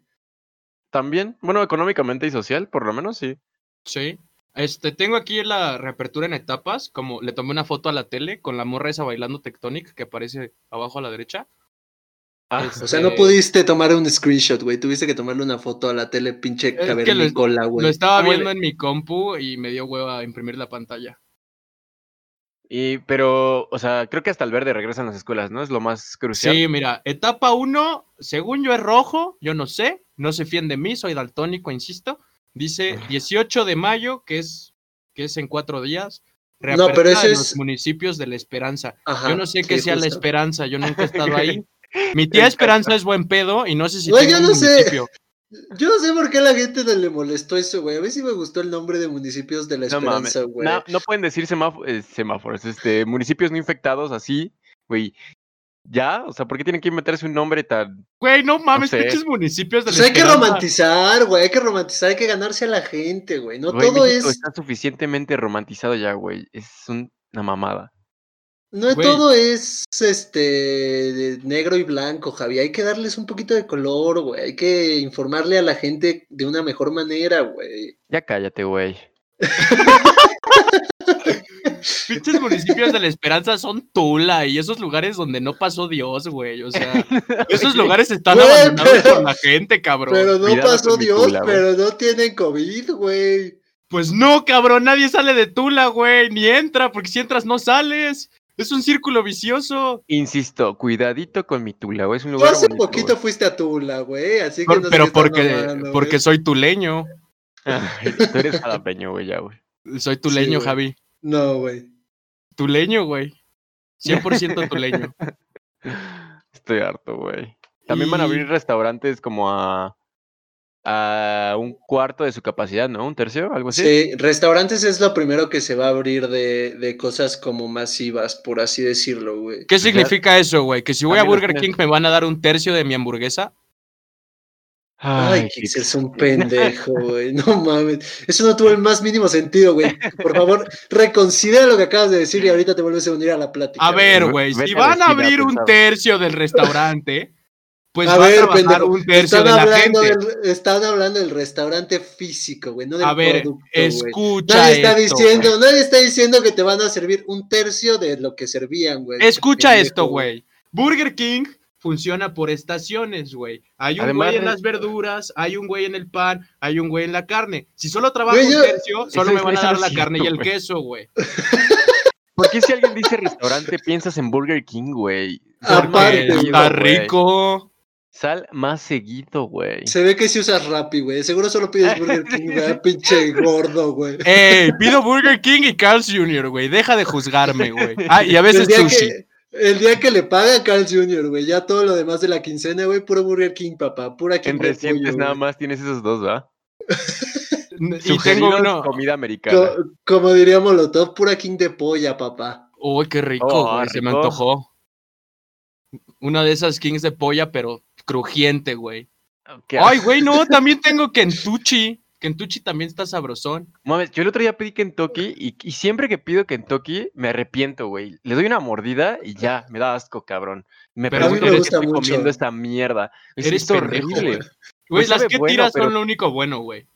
Speaker 2: También, bueno, económicamente y social, por lo menos sí.
Speaker 4: Sí. Este, tengo aquí la reapertura en etapas, como le tomé una foto a la tele con la morra esa bailando Tectonic que aparece abajo a la derecha.
Speaker 2: Ah,
Speaker 4: Este,
Speaker 3: O sea, no pudiste tomar un screenshot, güey. Tuviste que tomarle una foto a la tele pinche
Speaker 4: que lo-
Speaker 3: cavernícola,
Speaker 4: Lo
Speaker 3: güey.
Speaker 4: estaba
Speaker 2: ¿cómo le-
Speaker 4: viendo en mi compu y me dio hueva imprimir la pantalla.
Speaker 2: Y, pero, o sea, creo que hasta el verde regresan las escuelas, ¿no? Es lo más crucial.
Speaker 4: Sí, mira, etapa 1, según yo es rojo, yo no sé, no se fíen de mí, soy daltónico, insisto. Dice
Speaker 3: Ah.
Speaker 4: 18 de mayo, que es, que es en cuatro días.
Speaker 3: No, pero
Speaker 4: reapertura
Speaker 3: eso
Speaker 4: en
Speaker 3: es-
Speaker 4: los municipios de La Esperanza.
Speaker 3: Ajá,
Speaker 4: yo no sé qué
Speaker 3: sí,
Speaker 4: sea La
Speaker 3: justo.
Speaker 4: Esperanza, yo nunca he estado ahí. Mi tía Esperanza es buen pedo y no sé si
Speaker 3: Güey,
Speaker 4: tenga
Speaker 3: yo
Speaker 4: un
Speaker 3: no sé.
Speaker 4: municipio.
Speaker 3: Yo no sé por qué a la gente no le molestó eso, güey. A mí sí me gustó el nombre de municipios de la
Speaker 2: No mames.
Speaker 3: esperanza, güey.
Speaker 2: No, no pueden decir semáfo- eh, semáforos, este, municipios no infectados así, güey. Ya, o sea, ¿por qué tienen que meterse un nombre tan.
Speaker 4: Güey, no mames,
Speaker 2: sé.
Speaker 4: pinches municipios de
Speaker 3: Pues
Speaker 4: La
Speaker 3: hay que
Speaker 4: Esperanza.
Speaker 3: romantizar, güey. Hay que romantizar, hay que ganarse a la gente, güey. No
Speaker 2: güey,
Speaker 3: todo
Speaker 2: México
Speaker 3: es.
Speaker 2: Está suficientemente romantizado ya, güey. Es un- una mamada.
Speaker 3: No
Speaker 4: Güey.
Speaker 3: todo es este de negro y blanco, Javi. Hay que darles un poquito de color, güey. Hay que informarle a la gente de una mejor manera, güey.
Speaker 2: Ya cállate, güey.
Speaker 4: Pinches municipios de la Esperanza son Tula y esos lugares donde no pasó Dios, güey. O sea, esos lugares están
Speaker 3: Güey,
Speaker 4: abandonados
Speaker 3: pero-
Speaker 4: por la gente, cabrón.
Speaker 3: Pero no
Speaker 2: cuidado
Speaker 3: pasó
Speaker 2: con mi
Speaker 3: Dios,
Speaker 2: tula, güey.
Speaker 3: pero no tienen COVID, güey.
Speaker 4: Pues no, cabrón, nadie sale de Tula, güey, ni entra, porque si entras no sales. Es un círculo vicioso.
Speaker 2: Insisto, cuidadito con mi tula, güey. Es un
Speaker 3: Tú
Speaker 2: lugar.
Speaker 3: hace
Speaker 2: bonito,
Speaker 3: poquito fuiste a Tula, güey. Así que
Speaker 4: Por-
Speaker 3: no sé qué
Speaker 4: pero
Speaker 3: estás
Speaker 4: porque,
Speaker 3: mamando,
Speaker 4: porque
Speaker 3: güey.
Speaker 4: soy tuleño.
Speaker 2: güey. Ay, Tú eres jalapeño, güey, ya, güey.
Speaker 4: Soy tuleño,
Speaker 3: güey.
Speaker 4: Javi.
Speaker 3: No, güey.
Speaker 4: Tuleño, güey. 100% tuleño.
Speaker 2: Estoy harto, güey. También van a abrir restaurantes como a. a un cuarto de su capacidad, ¿no? ¿Un tercio? ¿Algo así?
Speaker 3: Sí, restaurantes es lo primero que se va a abrir de, de cosas como masivas, por así decirlo, güey.
Speaker 4: ¿Qué significa eso, güey? Que si voy a
Speaker 2: También los
Speaker 4: Burger King
Speaker 2: tienes.
Speaker 4: me van a dar un tercio de mi hamburguesa.
Speaker 3: Ay,
Speaker 2: Kix.
Speaker 3: Kix, es un pendejo, güey. No mames. Eso no tuvo el más mínimo sentido, güey. Por favor, reconsidera lo que acabas de decir y ahorita te vuelves a unir a la plática.
Speaker 4: A ver,
Speaker 2: Ve-
Speaker 4: güey,
Speaker 2: vete
Speaker 4: si
Speaker 2: a
Speaker 4: van
Speaker 2: decir,
Speaker 4: a
Speaker 2: a
Speaker 4: abrir un
Speaker 2: pensar.
Speaker 4: tercio del restaurante, pues
Speaker 3: A
Speaker 4: van
Speaker 3: ver,
Speaker 4: a bajar
Speaker 3: pendejo,
Speaker 4: un tercio
Speaker 3: Están
Speaker 4: de la
Speaker 3: hablando,
Speaker 4: gente.
Speaker 3: del, están hablando del restaurante físico, güey, no del
Speaker 4: A ver,
Speaker 3: producto, güey.
Speaker 4: escucha
Speaker 3: Nadie está
Speaker 4: esto,
Speaker 3: diciendo, nadie está diciendo que te van a servir un tercio de lo que servían, güey. este
Speaker 4: Escucha
Speaker 3: Pendejo,
Speaker 4: esto, güey. Burger King funciona por estaciones, güey. Hay un
Speaker 2: Además, eh,
Speaker 4: güey en
Speaker 2: re-
Speaker 4: las verduras, hay un güey en el pan, hay un güey en la carne. Si solo trabajo
Speaker 3: Güey,
Speaker 4: un
Speaker 3: yo-
Speaker 4: tercio, solo
Speaker 2: Eso
Speaker 4: me
Speaker 2: es-
Speaker 4: van a
Speaker 2: eso
Speaker 4: dar
Speaker 2: no
Speaker 4: la
Speaker 2: es
Speaker 4: carne y
Speaker 2: cierto,
Speaker 4: el
Speaker 2: güey.
Speaker 4: queso, güey.
Speaker 2: ¿Por qué si alguien dice restaurante piensas en Burger King, güey? Sal más
Speaker 3: Aparte,
Speaker 4: Porque
Speaker 2: seguido,
Speaker 4: Está
Speaker 2: güey.
Speaker 4: rico.
Speaker 2: Sal más seguido, güey.
Speaker 3: Se ve que si usas Rappi, güey. Seguro solo pides Burger King, güey. Pinche gordo, güey.
Speaker 4: Ey, pido Burger King y Carl's Jr., güey. Deja de juzgarme, güey. Ah, y a veces
Speaker 3: El día,
Speaker 4: sushi.
Speaker 3: que, el día que le paga a Carl Jr., güey. Ya todo lo demás de la quincena, güey. Puro Burger King, papá. Pura
Speaker 2: En
Speaker 3: quincena.
Speaker 2: recientes nada más tienes esos dos, ¿va?
Speaker 4: Y tengo
Speaker 2: Sugeridos
Speaker 4: uno.
Speaker 2: comida americana.
Speaker 3: como diría Molotov, pura King de polla, papá.
Speaker 4: Uy, qué rico,
Speaker 2: Oh,
Speaker 4: güey. Se me
Speaker 2: rico.
Speaker 4: antojó. Una de esas kings de polla, pero crujiente, güey.
Speaker 2: ¿Qué
Speaker 4: Ay,
Speaker 2: haces?
Speaker 4: güey, no, también tengo Kentuchi. Kentuchi también está sabrosón.
Speaker 2: Mames, yo el otro día pedí Kentucky y, y siempre que pido Kentucky me arrepiento, güey. Le doy una mordida y ya, me da asco, cabrón. Me
Speaker 4: Pero a mí
Speaker 2: pregunto por
Speaker 4: me
Speaker 2: qué
Speaker 3: gusta
Speaker 2: estoy
Speaker 3: mucho.
Speaker 2: comiendo esta mierda. Es,
Speaker 4: Eres
Speaker 2: es horrible.
Speaker 4: pendejo, Güey,
Speaker 2: Pues
Speaker 4: las
Speaker 2: sabe
Speaker 4: que
Speaker 2: bueno,
Speaker 4: tiras
Speaker 2: pero-
Speaker 4: son lo único bueno, güey.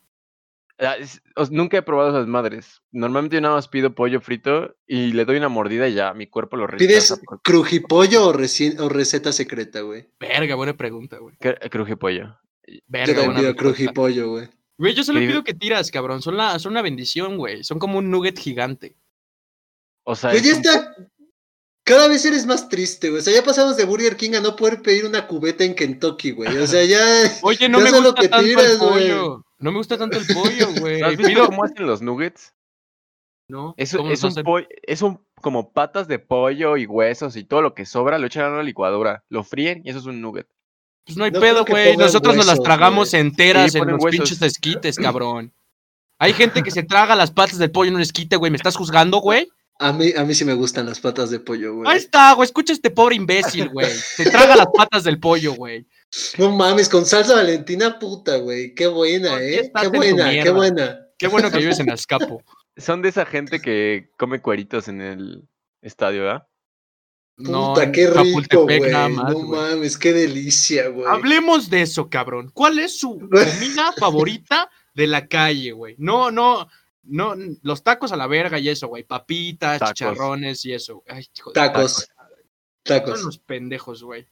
Speaker 2: Ah, es- os- nunca he probado esas madres. Normalmente yo nada más pido pollo frito y le doy una mordida y ya, mi cuerpo lo
Speaker 3: ¿Pides
Speaker 2: rechaza. por-
Speaker 3: crujipollo o, reci- o receta secreta, güey?
Speaker 4: Verga, buena pregunta, güey.
Speaker 2: cr- Cruje pollo.
Speaker 4: Verga,
Speaker 3: Yo también
Speaker 4: buena
Speaker 3: pido
Speaker 4: respuesta.
Speaker 3: crujipollo, güey.
Speaker 4: Güey, yo solo
Speaker 2: Te digo-
Speaker 4: pido que tiras, cabrón. Son, la, son una bendición, güey. Son como un nugget gigante.
Speaker 2: O sea,
Speaker 3: Güey,
Speaker 2: es
Speaker 3: ya
Speaker 2: un-
Speaker 3: está. Cada vez eres más triste, güey. O sea, ya pasamos de Burger King a no poder pedir una cubeta en Kentucky, güey. O sea, ya.
Speaker 4: Oye, no
Speaker 3: Ya
Speaker 4: me
Speaker 3: sé lo
Speaker 4: gusta
Speaker 3: que
Speaker 4: tanto el
Speaker 3: tiras, güey.
Speaker 4: pollo. No me gusta tanto el pollo, güey.
Speaker 2: ¿Has visto
Speaker 4: Pido.
Speaker 2: cómo hacen los nuggets?
Speaker 4: No,
Speaker 2: Es,
Speaker 4: ¿cómo
Speaker 2: es
Speaker 4: los
Speaker 2: un
Speaker 4: hacen?
Speaker 2: pollo, es un como patas de pollo y huesos y todo lo que sobra lo echan a una licuadora, lo fríen y eso es un nugget.
Speaker 4: Pues no hay
Speaker 3: No creo
Speaker 4: pedo,
Speaker 3: que
Speaker 4: güey.
Speaker 3: pongan
Speaker 4: Nosotros nos las
Speaker 3: huesos,
Speaker 4: tragamos
Speaker 3: güey.
Speaker 4: enteras
Speaker 2: Sí,
Speaker 4: en
Speaker 2: ponen
Speaker 4: los
Speaker 2: huesos.
Speaker 4: pinches esquites, cabrón. Hay gente que se traga las patas del pollo en un esquite, güey. ¿Me estás juzgando, güey?
Speaker 3: A mí, a mí sí me gustan las patas de pollo,
Speaker 4: Ahí
Speaker 3: güey.
Speaker 4: está, güey. Escucha a este pobre imbécil, güey. Se traga las patas del pollo, güey.
Speaker 3: No mames, con salsa valentina puta, güey. Qué buena,
Speaker 4: ¿Por qué
Speaker 3: ¿eh?
Speaker 4: estás
Speaker 3: Qué
Speaker 4: en tu
Speaker 3: buena, qué
Speaker 4: mierda?
Speaker 3: buena.
Speaker 4: Qué bueno que vives en Azcapo.
Speaker 2: Son de esa gente que come cueritos en el estadio, ¿verdad?
Speaker 4: No,
Speaker 3: Puta,
Speaker 4: en
Speaker 3: qué rico,
Speaker 4: Chapultepec
Speaker 3: güey.
Speaker 4: nada más,
Speaker 3: No
Speaker 4: güey.
Speaker 3: mames, qué delicia, güey.
Speaker 4: Hablemos de eso, cabrón. ¿Cuál es su comida favorita de la calle, güey? No, no, no, los tacos a la verga y eso, güey. Papitas,
Speaker 2: Tacos.
Speaker 4: chicharrones y eso. Ay, hijo de-
Speaker 3: Tacos.
Speaker 4: Son
Speaker 3: Tacos.
Speaker 4: los pendejos, güey.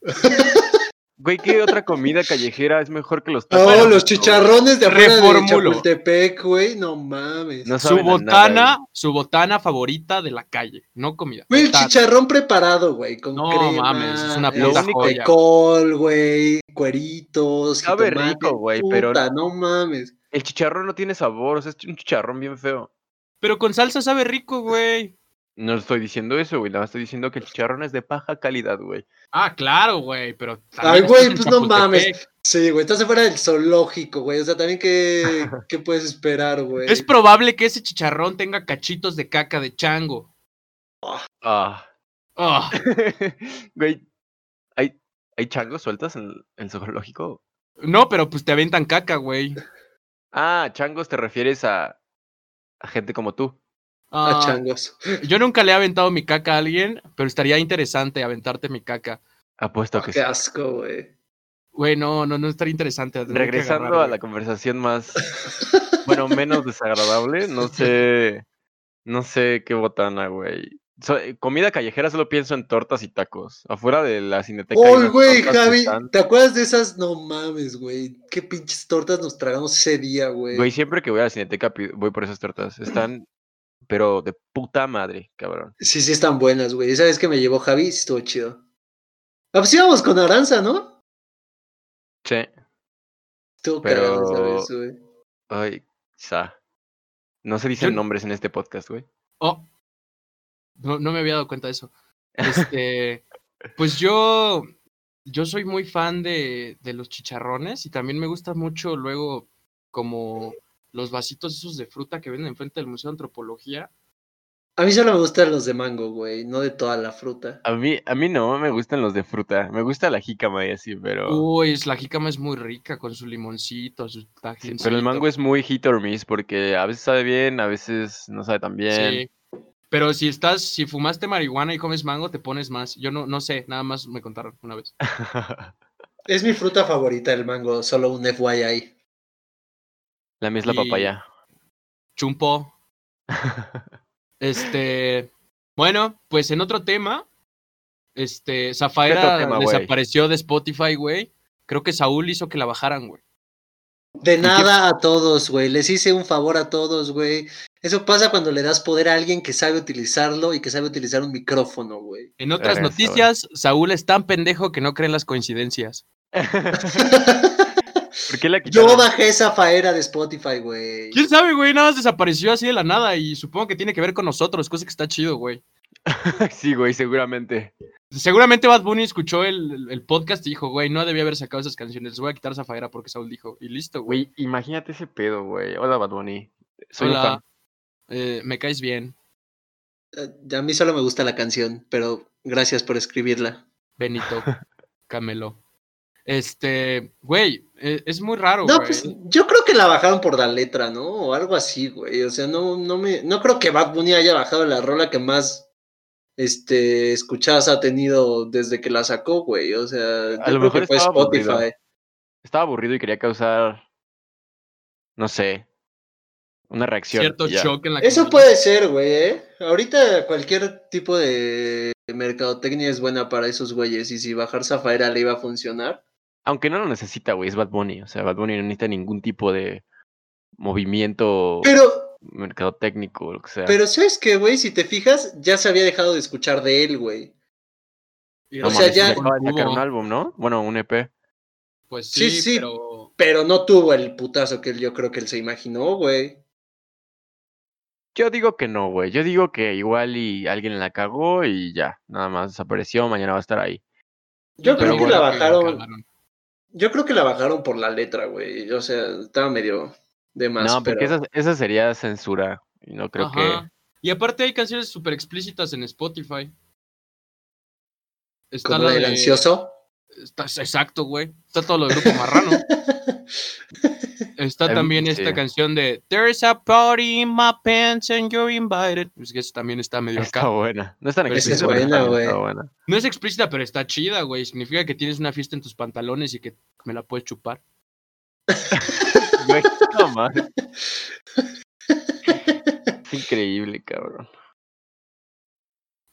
Speaker 2: Güey, ¿qué otra comida callejera es mejor que los
Speaker 3: Oh,
Speaker 2: tacos?
Speaker 3: los chicharrones de afuera de
Speaker 4: Reformulo.
Speaker 3: Chapultepec, güey. No mames.
Speaker 2: No
Speaker 4: Su
Speaker 2: saben a
Speaker 4: botana,
Speaker 2: nada,
Speaker 4: su botana favorita de la calle, no comida.
Speaker 3: Güey, el
Speaker 4: Botana.
Speaker 3: chicharrón preparado, güey, con
Speaker 4: No
Speaker 3: crema.
Speaker 4: mames, es una
Speaker 2: puta
Speaker 3: este,
Speaker 4: joya.
Speaker 3: col, güey, cueritos,
Speaker 2: Sabe
Speaker 3: jitomate,
Speaker 2: rico, güey, pero-
Speaker 3: puta, no mames.
Speaker 2: El chicharrón no tiene sabor, o sea, es un chicharrón bien feo.
Speaker 4: Pero con salsa sabe rico, güey.
Speaker 2: No estoy diciendo eso, güey, nada más estoy diciendo que el chicharrón es de paja calidad, güey.
Speaker 4: Ah, claro, güey, pero.
Speaker 3: Ay,
Speaker 4: también
Speaker 3: güey,
Speaker 4: estás en
Speaker 3: pues no mames.
Speaker 4: Chapultepec.
Speaker 3: Sí, güey, estás fuera del zoológico, güey. O sea, también qué, qué puedes esperar, güey.
Speaker 4: Es probable que ese chicharrón tenga cachitos de caca de chango.
Speaker 2: Ah.
Speaker 4: Ah,
Speaker 2: Güey, ¿hay, ¿hay changos sueltas en en el zoológico?
Speaker 4: No, pero pues te aventan caca, güey.
Speaker 2: Ah, changos te refieres a, a gente como tú.
Speaker 3: A
Speaker 4: Ah,
Speaker 3: changos.
Speaker 4: yo nunca le he aventado mi caca a alguien, pero estaría interesante aventarte mi caca.
Speaker 2: Apuesto que sí.
Speaker 3: Qué asco, güey.
Speaker 4: Güey, no, no, no estaría interesante. tendría que
Speaker 2: Regresando
Speaker 4: agarrar,
Speaker 2: a la
Speaker 4: güey.
Speaker 2: conversación más, bueno, menos desagradable, no sé, no sé qué botana, güey. So- eh, comida callejera solo pienso en tortas y tacos. Afuera de la cineteca. hay
Speaker 3: ¡Uy,
Speaker 2: unas
Speaker 3: güey,
Speaker 2: tortas que
Speaker 3: Javi!
Speaker 2: están-
Speaker 3: ¿Te acuerdas de esas? No mames, güey. Qué pinches tortas nos tragamos ese día,
Speaker 2: Güey, siempre que voy a la cineteca pi- voy por esas tortas. Están, pero de puta madre, cabrón.
Speaker 3: Sí, sí están buenas, güey. Esa vez que me llevó Javi, sí estuvo chido. Ah, pues íbamos con Aranza, ¿no?
Speaker 2: Sí.
Speaker 3: Estuvo cagado esa
Speaker 2: Pero-
Speaker 3: vez, güey.
Speaker 2: Ay, sa. No se dicen
Speaker 4: Yo-
Speaker 2: nombres en este podcast, güey.
Speaker 4: Oh. No, no me había dado cuenta de eso. Este, pues yo, yo soy muy fan de, de los chicharrones y también me gusta mucho luego como los vasitos esos de fruta que venden enfrente del Museo de Antropología.
Speaker 3: A mí solo me gustan los de mango, güey, no de toda la fruta.
Speaker 2: A mí, a mí no me gustan los de fruta. Me gusta la jícama y así, pero.
Speaker 4: Uy, es- la jícama es muy rica con su limoncito, su
Speaker 2: sí,
Speaker 4: tajín.
Speaker 2: pero el mango es muy hit or miss porque a veces sabe bien, a veces no sabe tan bien.
Speaker 4: Sí. Pero si estás, si fumaste marihuana y comes mango, te pones más. Yo no, no sé, nada más me contaron una vez.
Speaker 3: Es mi fruta favorita el mango, solo un FYI.
Speaker 2: la mía es la
Speaker 4: Y-
Speaker 2: papaya.
Speaker 4: Chumpo. Este, bueno, pues en otro tema, este, Zafaira
Speaker 2: tema, güey?
Speaker 4: desapareció de Spotify, güey. Creo que Saúl hizo que la bajaran, güey.
Speaker 3: De nada a todos, güey. Les hice un favor a todos, güey. Eso pasa cuando le das poder a alguien que sabe utilizarlo y que sabe utilizar un micrófono, güey.
Speaker 4: En otras
Speaker 2: Verga, Saúl.
Speaker 4: noticias, Saúl es tan pendejo que no cree en las coincidencias.
Speaker 2: ¿Por qué la
Speaker 3: Yo
Speaker 2: quitaron?
Speaker 3: bajé esa faera de Spotify, güey.
Speaker 4: ¿Quién sabe, güey? Nada más desapareció así de la nada y supongo que tiene que ver con nosotros, cosa que está chido, güey.
Speaker 2: sí, güey, seguramente.
Speaker 4: Seguramente Bad Bunny escuchó el, el- el podcast y dijo, güey, no debía haber sacado esas canciones, les voy a quitar Zafaira porque Saúl dijo, y listo, güey.
Speaker 2: Güey, imagínate ese pedo, güey. Hola, Bad Bunny. Soy
Speaker 4: Hola,
Speaker 2: un fan.
Speaker 4: eh, me caes bien,
Speaker 3: Eh, A mí solo me gusta la canción, pero gracias por escribirla.
Speaker 4: Benito, Camelo. Este, güey, eh, es muy raro,
Speaker 3: No,
Speaker 4: güey.
Speaker 3: pues yo creo que la bajaron por la letra, ¿no? O algo así, güey. O sea, no, no me. No creo que Bad Bunny haya bajado la rola que más este, escuchadas ha tenido desde que la sacó, güey. O sea, yo
Speaker 2: lo
Speaker 3: creo
Speaker 2: mejor
Speaker 3: que fue
Speaker 2: estaba
Speaker 3: Spotify.
Speaker 2: aburrido. Estaba aburrido y quería causar. No sé. Una reacción.
Speaker 4: Cierto
Speaker 2: y ya.
Speaker 4: shock en la
Speaker 3: Eso
Speaker 4: comunidad.
Speaker 3: puede ser, güey, ¿eh? Ahorita cualquier tipo de mercadotecnia es buena para esos güeyes. Y si bajar Zafaira le iba a funcionar.
Speaker 2: Aunque no lo necesita, güey, es Bad Bunny. O sea, Bad Bunny no necesita ningún tipo de movimiento
Speaker 3: Pero.
Speaker 2: mercadotécnico, lo que sea.
Speaker 3: Pero sabes que, güey, si te fijas, ya se había dejado de escuchar de él, güey.
Speaker 4: Y
Speaker 2: No
Speaker 3: o sea,
Speaker 2: mames,
Speaker 3: ya-
Speaker 2: acaba de sacar un
Speaker 4: Hubo,
Speaker 2: álbum, ¿no? Bueno, un E EP.
Speaker 4: Pues sí,
Speaker 3: Sí, sí.
Speaker 4: pero...
Speaker 3: Pero no tuvo el putazo que él- yo creo que él se imaginó, güey.
Speaker 2: Yo digo que no, güey. Yo digo que igual y alguien la cagó y ya. Nada más desapareció, mañana va a estar ahí.
Speaker 3: Yo
Speaker 2: creo
Speaker 4: también
Speaker 2: que
Speaker 3: la
Speaker 4: que
Speaker 3: bajaron.
Speaker 4: cagaron.
Speaker 3: Yo creo que la bajaron por la letra, güey. O sea, estaba medio de más.
Speaker 2: no, porque
Speaker 3: pero-
Speaker 2: esa, esa sería censura. Y no creo
Speaker 4: Ajá. Y aparte hay canciones súper explícitas en Spotify. Está
Speaker 3: como la del
Speaker 4: de-
Speaker 3: ansioso.
Speaker 4: está- exacto, güey. Está todo lo de Grupo Marrano. Está
Speaker 2: Em,
Speaker 4: también
Speaker 2: sí.
Speaker 4: esta canción de There's a party in my pants and you're invited. Pues que eso también está
Speaker 2: que
Speaker 4: medio acá.
Speaker 2: está buena. No es tan
Speaker 4: Pero esa es
Speaker 2: explícita, pero
Speaker 3: buena,
Speaker 2: también
Speaker 3: güey.
Speaker 2: está buena.
Speaker 4: No es explícita, pero está chida, güey. Significa que tienes una fiesta en tus pantalones y que me la puedes chupar.
Speaker 2: Güey, no mames. Es increíble, cabrón.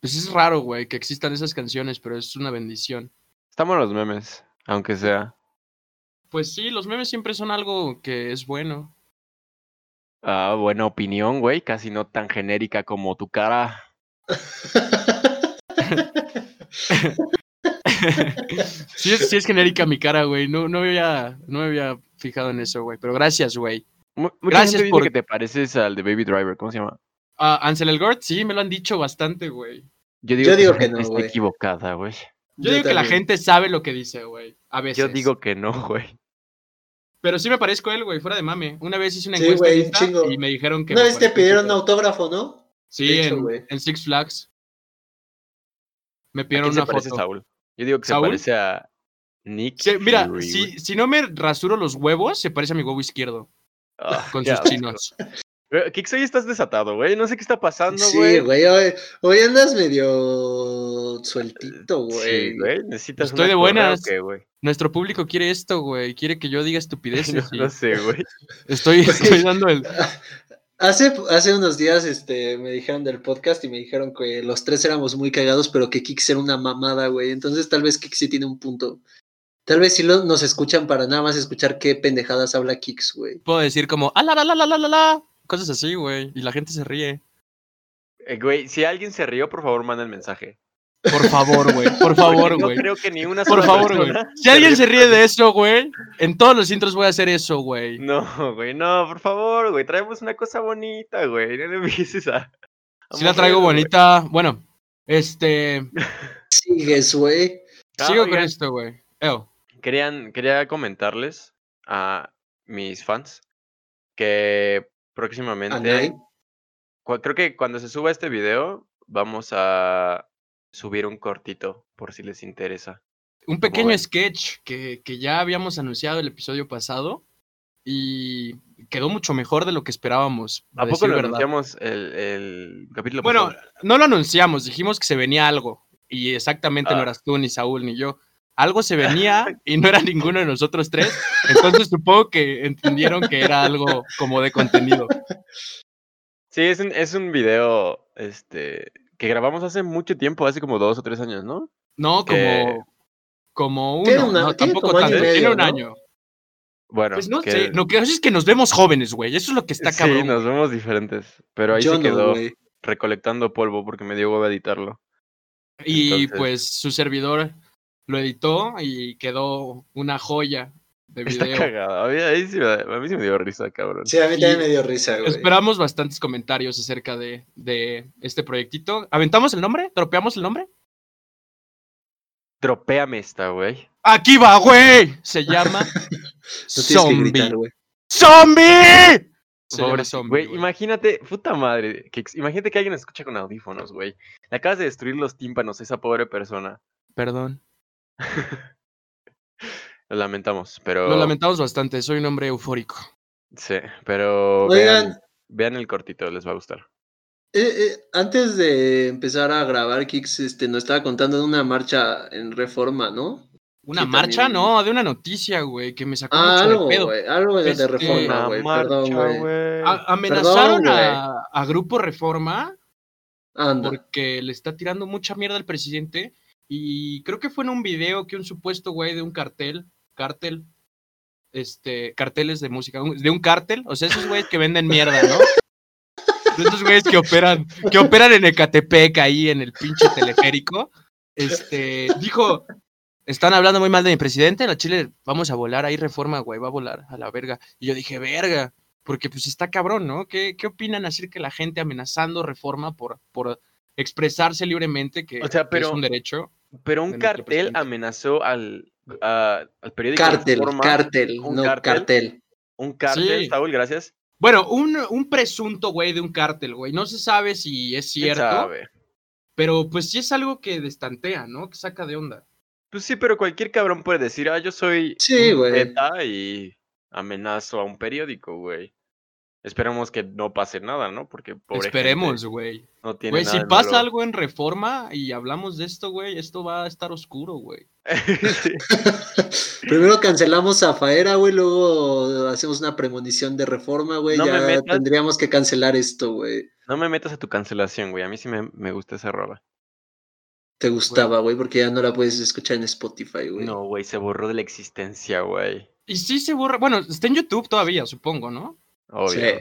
Speaker 4: Pues es raro, güey, que existan esas canciones, pero es una bendición.
Speaker 2: Estamos los memes, aunque sea.
Speaker 4: Pues sí, los memes siempre son algo que es bueno.
Speaker 2: Ah, buena opinión, güey. Casi no tan genérica como tu cara.
Speaker 4: Sí es, sí es genérica mi cara, güey. No, no, había, no me había fijado en eso, güey. Pero gracias, güey.
Speaker 2: Mu- mucha
Speaker 4: Gracias
Speaker 2: gente dice
Speaker 4: por-
Speaker 2: que te pareces al de Baby Driver. ¿Cómo se llama?
Speaker 4: Ah, Ansel Elgort, sí, me lo han dicho bastante, güey.
Speaker 2: Yo
Speaker 3: Yo digo
Speaker 2: la
Speaker 3: que
Speaker 2: gente
Speaker 3: no,
Speaker 2: está
Speaker 3: güey.
Speaker 2: equivocada, güey.
Speaker 4: Yo, digo que la
Speaker 3: también.
Speaker 4: gente sabe lo que dice, güey. A veces.
Speaker 2: Yo digo que no, güey.
Speaker 4: Pero sí me parezco a él, güey, fuera de mame. Una vez hice una
Speaker 3: Sí,
Speaker 4: encuesta
Speaker 3: güey,
Speaker 4: en Insta
Speaker 3: chingo.
Speaker 4: y me dijeron que...
Speaker 3: Una
Speaker 4: me
Speaker 3: vez te
Speaker 4: parezco
Speaker 3: pidieron un
Speaker 4: mucho.
Speaker 3: autógrafo, ¿no?
Speaker 4: Sí,
Speaker 3: de hecho,
Speaker 4: en,
Speaker 3: güey.
Speaker 4: en Six Flags. Me
Speaker 2: ¿A
Speaker 4: pidieron
Speaker 2: quién se
Speaker 4: una
Speaker 2: parece
Speaker 4: foto.
Speaker 2: Saúl? Yo digo que
Speaker 4: ¿Saúl?
Speaker 2: se parece a Nick.
Speaker 4: Sí, mira,
Speaker 2: Fury, güey.
Speaker 4: si, si no me rasuro los huevos, se parece a mi huevo izquierdo
Speaker 2: Ah,
Speaker 4: con
Speaker 2: qué
Speaker 4: sus
Speaker 2: asco.
Speaker 4: chinos.
Speaker 2: Güey, Kix, hoy estás desatado, güey. No sé qué está pasando,
Speaker 3: sí,
Speaker 2: güey.
Speaker 3: güey. Hoy, hoy andas medio sueltito, güey.
Speaker 2: Sí, güey. Necesitas
Speaker 4: Estoy
Speaker 2: una
Speaker 4: de
Speaker 2: correa,
Speaker 4: buenas.
Speaker 2: ¿o qué, güey?
Speaker 4: Nuestro público quiere esto, güey. Quiere que yo diga estupideces.
Speaker 2: No,
Speaker 4: y
Speaker 2: no sé, güey.
Speaker 4: estoy,
Speaker 2: Pues
Speaker 4: estoy dando el.
Speaker 3: Hace, hace unos días este, me dijeron del podcast y me dijeron que los tres éramos muy cagados, pero que Kix era una mamada, güey. Entonces tal vez Kix sí tiene un punto. Tal vez sí lo- nos escuchan para nada más escuchar qué pendejadas habla Kix, güey.
Speaker 4: Puedo decir como. "Ah, la, la, la, la, la, la, la", Cosas así, güey. Y la gente se ríe.
Speaker 2: Eh, güey, si alguien se rió, por favor, manda el mensaje.
Speaker 4: Por favor, güey. Por favor,
Speaker 2: Porque
Speaker 4: güey.
Speaker 2: No creo que ni una
Speaker 4: Por
Speaker 2: sola
Speaker 4: favor, güey.
Speaker 2: persona
Speaker 4: Si alguien se
Speaker 2: rió.
Speaker 4: ríe de eso, güey, en todos los intros voy a hacer eso, güey.
Speaker 2: No, güey, no, por favor, güey. Traemos una cosa bonita, güey. No le empieces a. a
Speaker 4: Si la traigo
Speaker 2: mover, güey.
Speaker 4: bonita. Bueno, este.
Speaker 3: Sigues, güey.
Speaker 2: Ah,
Speaker 4: Sigo con
Speaker 2: oigan,
Speaker 4: esto, güey. Eo.
Speaker 2: querían, quería comentarles a mis fans que próximamente,
Speaker 3: Anay.
Speaker 2: cua- creo que cuando se suba este video, vamos a subir un cortito, por si les interesa.
Speaker 4: un pequeño
Speaker 2: ven?
Speaker 4: sketch que, que ya habíamos anunciado el episodio pasado y quedó mucho mejor de lo que esperábamos.
Speaker 2: ¿A
Speaker 4: a
Speaker 2: poco
Speaker 4: decir
Speaker 2: lo
Speaker 4: verdad.
Speaker 2: anunciamos el, el capítulo
Speaker 4: Bueno,
Speaker 2: pasado?
Speaker 4: no lo anunciamos, dijimos que se venía algo y exactamente no
Speaker 2: Ah.
Speaker 4: eras tú, ni Saúl, ni yo. Algo se venía y no era ninguno de nosotros tres, entonces supongo que entendieron que era algo como de contenido.
Speaker 2: Sí, es un, es un video este, que grabamos hace mucho tiempo, hace como dos o tres años, ¿no?
Speaker 4: No como,
Speaker 2: Que-
Speaker 4: como uno,
Speaker 3: Tiene una-
Speaker 4: no,
Speaker 3: tiene
Speaker 4: tampoco
Speaker 3: como año y
Speaker 4: tanto,
Speaker 3: medio,
Speaker 4: tiene un
Speaker 3: ¿no?
Speaker 4: año.
Speaker 2: Bueno,
Speaker 4: Pues no
Speaker 2: que-
Speaker 4: sé, lo que pasa es que nos vemos jóvenes, güey, eso es lo que está cabrón.
Speaker 2: sí, nos vemos diferentes, pero ahí
Speaker 3: Yo
Speaker 2: se quedó
Speaker 3: no, güey.
Speaker 2: recolectando polvo porque me dio hueva editarlo.
Speaker 4: Y
Speaker 2: Entonces-
Speaker 4: pues su servidor lo editó y quedó una joya de
Speaker 2: Está
Speaker 4: video.
Speaker 2: cagada. A mí, ahí sí me, da- a mí sí me dio risa, cabrón.
Speaker 3: Sí, a mí
Speaker 4: Y-
Speaker 3: también me dio risa, güey.
Speaker 4: Esperamos bastantes comentarios acerca de, de este proyectito. ¿Aventamos el nombre? ¿Tropeamos el nombre?
Speaker 2: Tropéame esta, güey.
Speaker 4: ¡Aquí va, güey! Se llama
Speaker 3: No tienes que
Speaker 4: Zombie.
Speaker 3: gritar, güey.
Speaker 4: ¡Zombie! Se llama
Speaker 2: Pobre
Speaker 4: Zombie,
Speaker 2: güey.
Speaker 4: güey.
Speaker 2: Imagínate, puta madre, que ex- imagínate que alguien escucha con audífonos, güey. Le acabas de destruir los tímpanos a esa pobre persona.
Speaker 4: Perdón.
Speaker 2: Lo lamentamos, pero.
Speaker 4: Lo lamentamos bastante, soy un hombre eufórico.
Speaker 2: Sí, pero.
Speaker 3: Oigan.
Speaker 2: Vean, vean el cortito, les va a gustar.
Speaker 3: Eh, eh, antes de empezar a grabar, Kix este, nos estaba contando de una marcha en reforma, ¿no?
Speaker 4: Una
Speaker 3: Sí,
Speaker 4: marcha,
Speaker 3: también.
Speaker 4: no, de una noticia, güey, que me sacó
Speaker 3: Ah,
Speaker 4: mucho
Speaker 3: algo,
Speaker 4: de pedo.
Speaker 3: güey. Algo de, de
Speaker 4: Este,
Speaker 3: reforma,
Speaker 2: Una
Speaker 3: güey.
Speaker 2: marcha,
Speaker 3: Perdón, güey.
Speaker 2: Ah,
Speaker 4: A- amenazaron a, a Grupo Reforma
Speaker 3: Anda.
Speaker 4: porque le está tirando mucha mierda al presidente y creo que fue en un video que un supuesto güey de un cartel, cartel, este, carteles de música, un- de un cartel, o sea, esos güeyes que venden mierda, ¿no? De esos güeyes que operan, que operan en Ecatepec ahí en el pinche teleférico, este, dijo, están hablando muy mal de mi presidente, la Chile, vamos a volar ahí reforma, güey, va a volar a la verga. Y yo dije, verga. Porque pues está cabrón, ¿no? ¿Qué, qué opinan acerca de la gente amenazando reforma por, por expresarse libremente, que
Speaker 2: O sea,
Speaker 4: que es
Speaker 2: pero-
Speaker 4: un derecho.
Speaker 2: Pero
Speaker 4: de
Speaker 2: un
Speaker 4: nuestro
Speaker 2: cartel
Speaker 4: presidente.
Speaker 2: amenazó al ah, al periódico.
Speaker 3: Cártel,
Speaker 2: Informa,
Speaker 3: cártel,
Speaker 2: un
Speaker 3: no
Speaker 2: cártel.
Speaker 3: cartel.
Speaker 2: Un cártel,
Speaker 4: Sí.
Speaker 2: Saúl, gracias.
Speaker 4: Bueno, un, un presunto, güey, de un cártel, güey. No se sabe si es
Speaker 2: ¿Quién
Speaker 4: cierto,
Speaker 2: sabe?
Speaker 4: pero pues sí es algo que destantea, ¿no? Que saca de onda.
Speaker 2: Pues sí, pero cualquier cabrón puede decir, ah, yo soy
Speaker 3: Sí,
Speaker 2: un
Speaker 3: güey.
Speaker 2: beta y amenazo a un periódico, güey. Esperemos que no pase nada, ¿no? Porque pobre
Speaker 4: Esperemos,
Speaker 2: gente
Speaker 4: güey.
Speaker 2: no tiene
Speaker 4: Güey,
Speaker 2: nada
Speaker 4: si
Speaker 2: de
Speaker 4: pasa
Speaker 2: malo.
Speaker 4: algo en reforma y hablamos de esto, güey, esto va a estar oscuro, güey.
Speaker 2: Sí.
Speaker 3: Primero cancelamos a Faera, güey, luego hacemos una premonición de reforma, güey.
Speaker 2: No me
Speaker 3: ya
Speaker 2: metas.
Speaker 3: tendríamos que cancelar esto, güey.
Speaker 2: No me metas a tu cancelación, güey. A mí sí me, me gusta esa rola.
Speaker 3: Te gustaba, güey, porque ya no la puedes escuchar en Spotify, güey.
Speaker 2: No, güey, se borró de la existencia, güey.
Speaker 4: Y sí se borra. Bueno, está en YouTube todavía, supongo, ¿no?
Speaker 2: Obvio.
Speaker 3: Sí.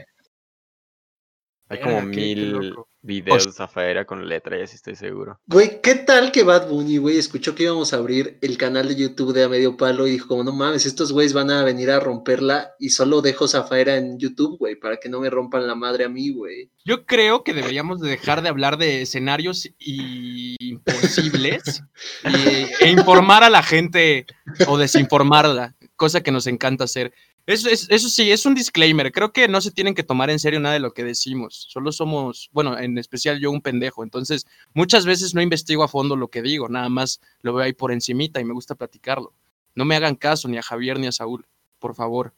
Speaker 2: Hay como
Speaker 4: Verga, Ah, qué- qué
Speaker 2: mil
Speaker 4: loco.
Speaker 2: videos a Faera con letra, ya sí estoy seguro.
Speaker 3: Güey, ¿qué tal que Bad Bunny, güey, escuchó que íbamos a abrir el canal de YouTube de A Medio Palo y dijo, como, no mames, estos güeyes van a venir a romperla y solo dejo Zafaera en YouTube, güey, para que no me rompan la madre a mí, güey.
Speaker 4: Yo creo que deberíamos de dejar de hablar de escenarios y- imposibles y- e informar a la gente o desinformarla, cosa que nos encanta hacer. Eso, es- eso sí, es un disclaimer. Creo que no se tienen que tomar en serio nada de lo que decimos. Solo somos, bueno, en especial yo un pendejo. Entonces, muchas veces no investigo a fondo lo que digo, nada más lo veo ahí por encimita y me gusta platicarlo. No me hagan caso ni a Javier ni a Saúl, por favor.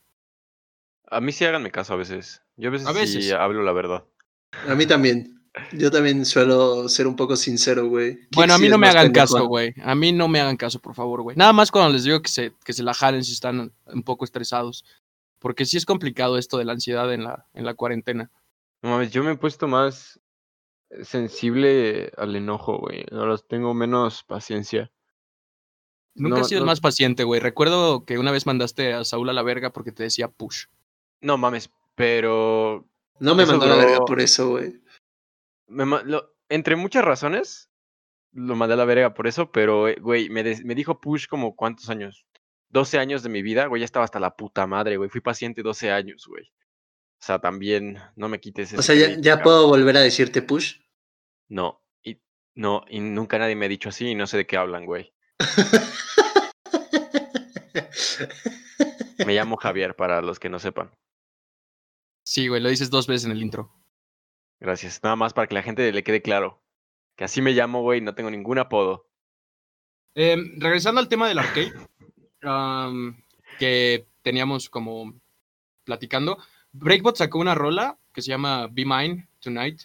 Speaker 2: A mí sí háganme caso a veces. Yo a veces,
Speaker 4: A
Speaker 2: sí
Speaker 4: veces.
Speaker 2: hablo la verdad.
Speaker 3: A mí también. Yo también suelo ser un poco sincero, güey. ¿Quién
Speaker 4: Bueno, a
Speaker 3: sí
Speaker 4: mí
Speaker 3: es
Speaker 4: no me
Speaker 3: más
Speaker 4: hagan
Speaker 3: pendejón?
Speaker 4: caso, güey. A mí no me hagan caso, por favor, güey. Nada más cuando les digo que se, que se la jalen si están un poco estresados. Porque sí es complicado esto de la ansiedad en la, en la cuarentena.
Speaker 2: No mames, yo me he puesto más sensible al enojo, güey. Ahora tengo menos paciencia.
Speaker 4: Nunca
Speaker 2: No,
Speaker 4: has sido
Speaker 2: no-
Speaker 4: más paciente, güey. Recuerdo que una vez mandaste a Saúl a la verga porque te decía push.
Speaker 2: No mames, pero
Speaker 3: No me
Speaker 2: Eso
Speaker 3: mandó a la
Speaker 2: duró-
Speaker 3: verga por eso, güey.
Speaker 2: me ma- lo- entre muchas razones lo mandé a la verga por eso, pero eh, güey, me, des- me dijo push como cuántos años. 12 años de mi vida, güey, ya estaba hasta la puta madre, güey. Fui paciente 12 años, güey. O sea, también no me quites
Speaker 3: O
Speaker 2: ese
Speaker 3: sea, ya,
Speaker 2: crédito,
Speaker 3: ya
Speaker 2: cabrón.
Speaker 3: puedo volver a decirte push.
Speaker 2: No, y no, y nunca nadie me ha dicho así y no sé de qué hablan, güey. Me llamo Javier para los que no sepan.
Speaker 4: Sí, güey, lo dices dos veces en el intro.
Speaker 2: Gracias. Nada más para que la gente le quede claro. Que así me llamo, güey, no tengo ningún apodo.
Speaker 4: Eh, regresando al tema del arcade, am, que teníamos como platicando, Breakbot sacó una rola que se llama Be Mine Tonight.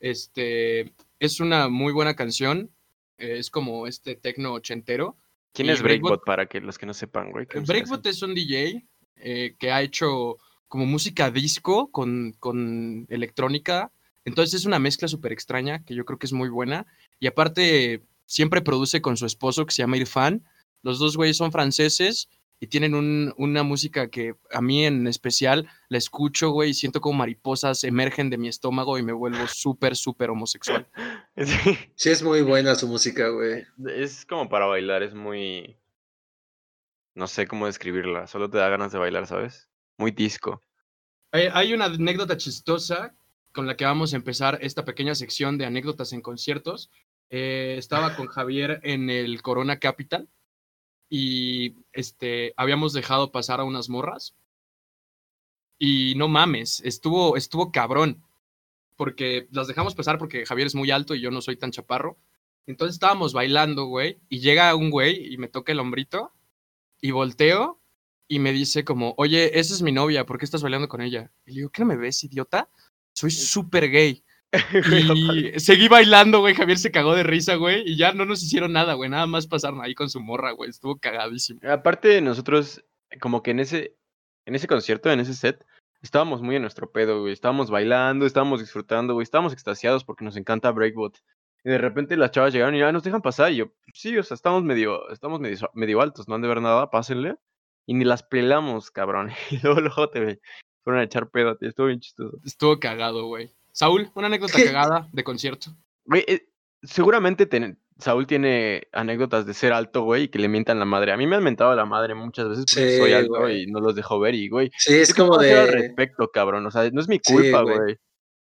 Speaker 4: Este es una muy buena canción. eh, es como este tecno ochentero.
Speaker 2: ¿Quién
Speaker 4: Y
Speaker 2: es
Speaker 4: Breakbot-
Speaker 2: Breakbot para que los que no sepan, güey? ¿Qué música
Speaker 4: Breakbot es un DJ eh, que ha hecho como música disco con, con electrónica. Entonces es una mezcla súper extraña que yo creo que es muy buena. Y aparte, siempre produce con su esposo que se llama Irfan. Los dos güeyes son franceses y tienen un- una música que a mí en especial la escucho, güey, y siento como mariposas emergen de mi estómago y me vuelvo súper, súper homosexual.
Speaker 2: es?
Speaker 3: Sí, es muy buena su música, güey.
Speaker 2: Es como para bailar, es muy... No sé cómo describirla, solo te da ganas de bailar, ¿sabes? Muy disco.
Speaker 4: Hay, hay una anécdota chistosa con la que vamos a empezar esta pequeña sección de anécdotas en conciertos. Eh, estaba con Javier en el Corona Capital y este, habíamos dejado pasar a unas morras. Y no mames, estuvo, estuvo cabrón. Porque las dejamos pasar porque Javier es muy alto y yo no soy tan chaparro. Entonces estábamos bailando, güey, y llega un güey y me toca el hombrito y volteo y me dice como, oye, esa es mi novia, ¿por qué estás bailando con ella? Y le digo, ¿qué no me ves, idiota?
Speaker 2: Eh.
Speaker 4: Soy súper gay. Y seguí bailando, güey. Javier se cagó de risa, güey. Y ya no nos hicieron nada, güey. Nada más pasaron ahí con su morra, güey. Estuvo cagadísimo.
Speaker 2: Aparte, nosotros, como que en ese, en ese concierto, en ese set, estábamos muy en nuestro pedo, güey. Estábamos bailando, estábamos disfrutando, güey. Estábamos extasiados porque nos encanta Breakbot. Y de repente las chavas llegaron y ah, nos dejan pasar. Y yo, sí, o sea, estamos medio, estamos medio, medio altos, no han de ver nada, pásenle. Y ni las pelamos, cabrón. Y luego, luego te fueron a echar pedo, tío. Estuvo bien chistoso.
Speaker 4: Estuvo cagado, güey. Saúl, una anécdota
Speaker 3: ¿Qué?
Speaker 4: cagada de concierto.
Speaker 2: Güey, eh, seguramente ten- Saúl tiene anécdotas de ser alto, güey, y que le mientan la madre. A mí me han mentado la madre muchas veces porque soy
Speaker 3: Sí,
Speaker 2: alto
Speaker 3: güey.
Speaker 2: y no los dejo ver. Y, güey,
Speaker 3: Sí, es
Speaker 2: ¿yo qué
Speaker 3: como
Speaker 2: puedo hacer al
Speaker 3: de.
Speaker 2: respecto, cabrón. O sea, no es mi
Speaker 3: Sí,
Speaker 2: culpa,
Speaker 3: güey.
Speaker 2: güey.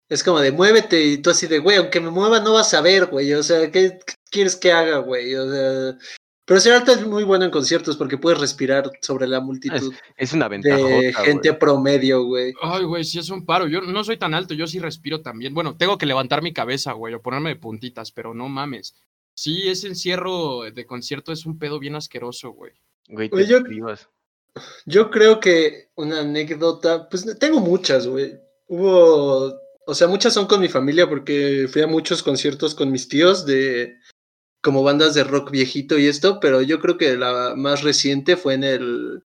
Speaker 3: Es como de muévete y tú así de, güey, aunque me mueva no vas a ver, güey. O sea, ¿qué qué quieres que haga, güey? O sea, Pero ser alto es muy bueno en conciertos porque puedes respirar sobre la multitud
Speaker 2: Es una ventaja.
Speaker 3: de gente promedio, güey.
Speaker 4: Ay, güey, sí es un paro. Yo no soy tan alto, yo sí respiro también. Bueno, tengo que levantar mi cabeza, güey, o ponerme de puntitas, pero no mames. Sí, ese encierro de concierto es un pedo bien asqueroso, güey.
Speaker 2: Güey,
Speaker 3: Güey,
Speaker 2: te
Speaker 3: pues yo-
Speaker 2: privas.
Speaker 3: Yo creo que una anécdota, pues tengo muchas, güey. Hubo, o sea, muchas son con mi familia porque fui a muchos conciertos con mis tíos de como bandas de rock viejito y esto, pero yo creo que la más reciente fue en el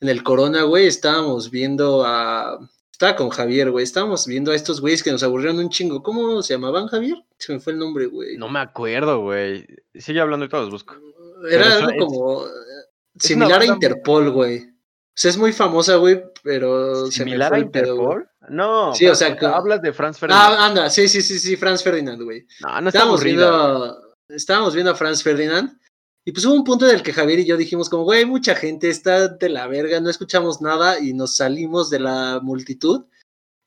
Speaker 3: en el Corona, güey, estábamos viendo a estaba con Javier, güey, estábamos viendo a estos güeyes que nos aburrieron un chingo. ¿Cómo se llamaban, Javier? Se me fue el nombre, güey.
Speaker 2: No me acuerdo, güey. Sigue hablando y todos busco. pero
Speaker 3: Era
Speaker 2: eso
Speaker 3: algo
Speaker 2: es-
Speaker 3: como eh,
Speaker 2: es una
Speaker 3: similar a
Speaker 2: banda-
Speaker 3: Interpol, güey. O sea, es muy famosa, güey, pero Pues, se me
Speaker 2: ¿Similar
Speaker 3: fue
Speaker 2: a
Speaker 3: el pedo, güey.
Speaker 2: Interpol? No.
Speaker 3: Sí, o
Speaker 2: pero-
Speaker 3: sea, que-
Speaker 2: Hablas de Franz Ferdinand.
Speaker 3: Ah, anda, sí, sí, sí, sí, Franz Ferdinand, güey.
Speaker 2: no, no está
Speaker 3: Estábamos
Speaker 2: aburrida.
Speaker 3: viendo, estábamos viendo a Franz Ferdinand y pues hubo un punto en el que Javier y yo dijimos como, güey, mucha gente está de la verga, no escuchamos nada y nos salimos de la multitud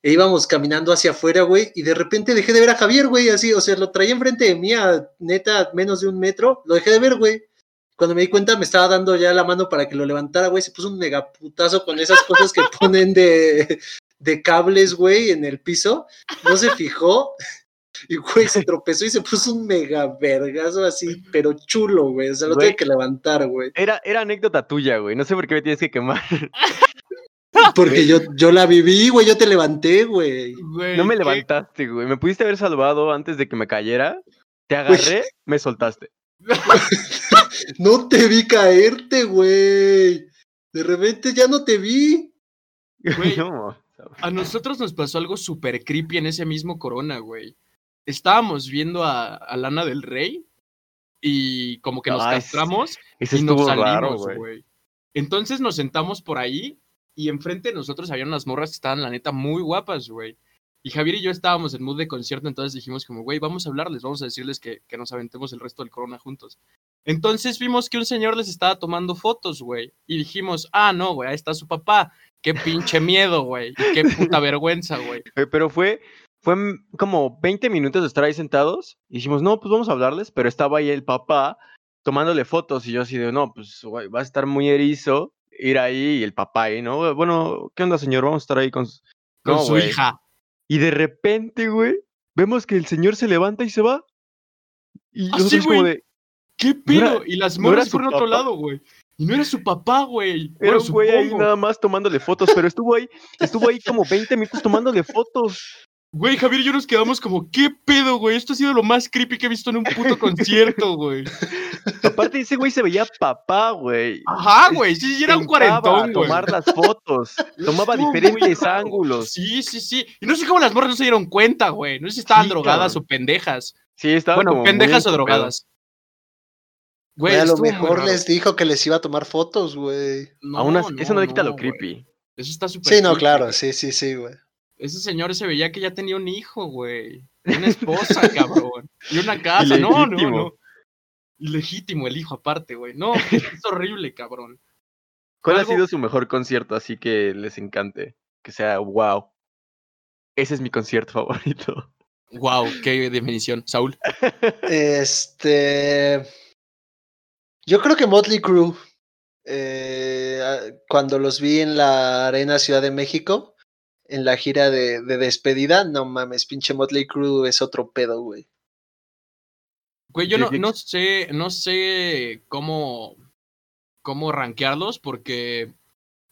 Speaker 3: e íbamos caminando hacia afuera, güey, y de repente dejé de ver a Javier, güey, así, o sea, lo traía enfrente de mí a neta menos de un metro, lo dejé de ver, güey. Cuando me di cuenta me estaba dando ya la mano para que lo levantara, güey, se puso un megaputazo con esas cosas que ponen de, de cables, güey, en el piso. No se fijó y, güey, se tropezó y se puso un mega vergazo así, pero chulo, güey. O sea, lo
Speaker 2: Güey.
Speaker 3: tiene que levantar, güey.
Speaker 2: Era, era anécdota tuya, güey. No sé por qué me tienes que quemar.
Speaker 3: Porque yo, yo la viví, güey. Yo te levanté, güey.
Speaker 4: Güey,
Speaker 2: No me
Speaker 4: qué-
Speaker 2: levantaste, güey. Me pudiste haber salvado antes de que me cayera. Te agarré, me soltaste.
Speaker 3: No te vi caerte, güey. De repente ya no te vi.
Speaker 4: Güey.
Speaker 2: No.
Speaker 4: A nosotros nos pasó algo súper creepy en ese mismo corona, güey. Estábamos viendo a, a Lana del Rey y como que nos
Speaker 2: Ay, sí.
Speaker 4: castramos
Speaker 2: Ese
Speaker 4: y nos
Speaker 2: estuvo raro,
Speaker 4: salimos,
Speaker 2: güey.
Speaker 4: güey. Entonces nos sentamos por ahí y enfrente de nosotros había unas morras que estaban, la neta, muy guapas, güey. Y Javier y yo estábamos en mood de concierto, entonces dijimos como, güey, vamos a hablarles, vamos a decirles que, que nos aventemos el resto del corona juntos. Entonces vimos que un señor les estaba tomando fotos, güey. Y dijimos, ah, no, güey, ahí está su papá. Qué pinche miedo, güey. y Qué puta vergüenza, güey.
Speaker 2: Eh, Pero fue, fue mm, como 20 minutos de estar ahí sentados. Y dijimos, no, pues vamos a hablarles. Pero estaba ahí el papá tomándole fotos. Y yo así de, no, pues güey, va a estar muy erizo ir ahí. Y el papá ahí, ¿no? Bueno, ¿qué onda, señor? Vamos a estar ahí con su,
Speaker 4: Con
Speaker 2: No,
Speaker 4: su
Speaker 2: güey.
Speaker 4: hija.
Speaker 2: Y de repente, güey, vemos que el señor se levanta y se va. Y
Speaker 4: Ah, sí,
Speaker 2: nosotros como
Speaker 4: güey.
Speaker 2: de,
Speaker 4: ¿Qué
Speaker 2: era-
Speaker 4: pedo? y las
Speaker 2: no era
Speaker 4: morras
Speaker 2: su
Speaker 4: fueron a otro
Speaker 2: papá.
Speaker 4: lado, güey. Y no era su papá, güey.
Speaker 2: Era
Speaker 4: Bueno,
Speaker 2: un güey ahí
Speaker 4: supongo.
Speaker 2: nada más tomándole fotos, pero estuvo ahí, estuvo ahí como 20 minutos tomándole fotos.
Speaker 4: Güey, Javier y yo nos quedamos como, ¿qué pedo, güey? Esto ha sido lo más creepy que he visto en un puto concierto, güey.
Speaker 2: Aparte, ese güey se veía papá, güey.
Speaker 4: Ajá, güey, sí, sí, era un
Speaker 2: Sentaba a
Speaker 4: cuarentón, güey.
Speaker 2: tomar las fotos, tomaba
Speaker 4: Estuvo muy
Speaker 2: diferentes
Speaker 4: raro.
Speaker 2: ángulos.
Speaker 4: Sí, sí, sí. Y no sé cómo las morras no se dieron cuenta, güey. No sé si estaban
Speaker 2: Sí,
Speaker 4: drogadas
Speaker 2: cabrón.
Speaker 4: o pendejas.
Speaker 2: Sí, estaba
Speaker 4: Bueno,
Speaker 2: como muy
Speaker 4: pendejas o
Speaker 2: encuerado.
Speaker 4: drogadas. Güey,
Speaker 3: Güey, a lo
Speaker 4: estuvo muy
Speaker 3: mejor
Speaker 4: raro.
Speaker 3: les dijo que les iba a tomar fotos, güey.
Speaker 4: No,
Speaker 2: Aún así, eso no le quita lo
Speaker 4: güey.
Speaker 2: creepy.
Speaker 4: Eso está súper
Speaker 3: Sí, no,
Speaker 4: creepy,
Speaker 3: claro,
Speaker 4: güey.
Speaker 3: sí, sí, sí, güey.
Speaker 4: Ese señor se veía que ya tenía un hijo, güey. y Una esposa, cabrón. Y una casa. No, no,
Speaker 2: Ilegítimo.
Speaker 4: no. Ilegítimo el hijo aparte, güey. No, es horrible, cabrón.
Speaker 2: ¿Cuál
Speaker 4: Algo-
Speaker 2: ha sido su mejor concierto así que les encante? Que sea wow. Ese es mi concierto favorito.
Speaker 4: Wow, qué definición, Saúl.
Speaker 3: Este. Yo creo que Motley Crue. eh, a- cuando los vi en la Arena Ciudad de México, en la gira de, de despedida, no mames, pinche Motley Crue es otro pedo, güey.
Speaker 4: Güey, yo no,
Speaker 2: Dije-
Speaker 4: no sé, no sé cómo, cómo rankearlos porque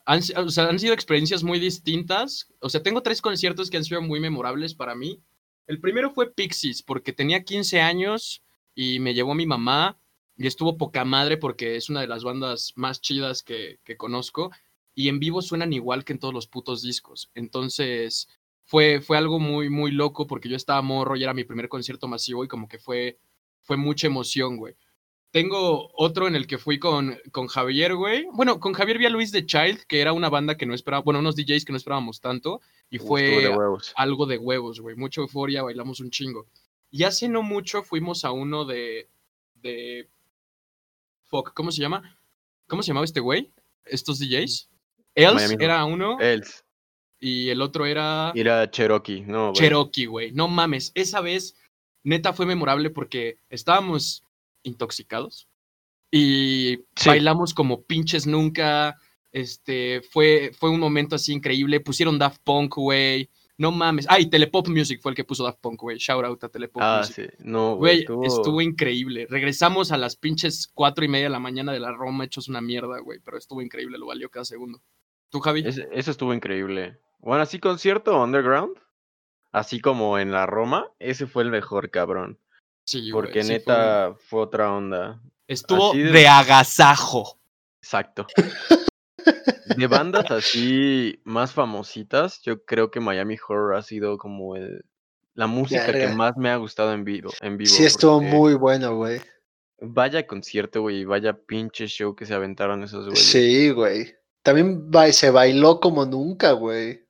Speaker 4: han, si- o sea, han sido experiencias muy distintas. O sea, tengo tres conciertos que han sido muy memorables para mí. El primero fue Pixies porque tenía 15 años y me llevó mi mamá y estuvo poca madre porque es una de las bandas más chidas que, que conozco y en vivo suenan igual que en todos los putos discos. Entonces fue, fue algo muy, muy loco porque yo estaba morro y era mi primer concierto masivo y como que fue, fue mucha emoción, güey. Tengo otro en el que fui con, con Javier, güey. Bueno, con Javier vi a Luis de Child, que era una banda que no esperaba, bueno, unos DJs que no esperábamos tanto y
Speaker 2: Estuvo de
Speaker 4: fue
Speaker 2: huevos.
Speaker 4: algo de huevos, güey. Mucha euforia, bailamos un chingo. Y hace no mucho fuimos a uno de. de. Fuck, ¿cómo se llama? ¿Cómo se llamaba este güey? ¿Estos DJs? Els
Speaker 2: Miami Heat. Eh.
Speaker 4: era uno
Speaker 2: Els.
Speaker 4: y el otro era.
Speaker 2: Era Cherokee, no, güey.
Speaker 4: Cherokee, güey. No mames, esa vez neta fue memorable porque estábamos intoxicados y
Speaker 2: Sí.
Speaker 4: bailamos como pinches nunca. Este, fue, fue un momento así increíble. Pusieron Daft Punk, güey. No mames. Ay, Telepop Music fue el que puso Daft Punk, güey. Shout out a Telepop
Speaker 2: Ah,
Speaker 4: Music.
Speaker 2: sí. No,
Speaker 4: Güey,
Speaker 2: güey. estuvo-
Speaker 4: estuvo increíble. Regresamos a las pinches cuatro y media de la mañana de la Roma, hechos una mierda, güey. Pero estuvo increíble, lo valió cada segundo. ¿Tú, Javi?
Speaker 2: Ese- eso estuvo increíble. Bueno, así concierto underground, así como en la Roma, ese fue el mejor, cabrón.
Speaker 4: Sí, güey,
Speaker 2: Porque
Speaker 4: sí, fue un-
Speaker 2: neta fue... otra onda.
Speaker 4: Estuvo
Speaker 2: así
Speaker 4: de...
Speaker 2: de-
Speaker 4: agasajo.
Speaker 2: Exacto. De bandas así más famositas, yo creo que Miami Horror ha sido como el, la música
Speaker 3: Verga.
Speaker 2: que más me ha gustado en vivo. En vivo
Speaker 3: Sí, estuvo
Speaker 2: porque
Speaker 3: muy bueno, güey.
Speaker 2: Vaya concierto, güey, y vaya pinche show que se aventaron esos güeyes.
Speaker 3: Sí, güey. También ba- se bailó como nunca, güey.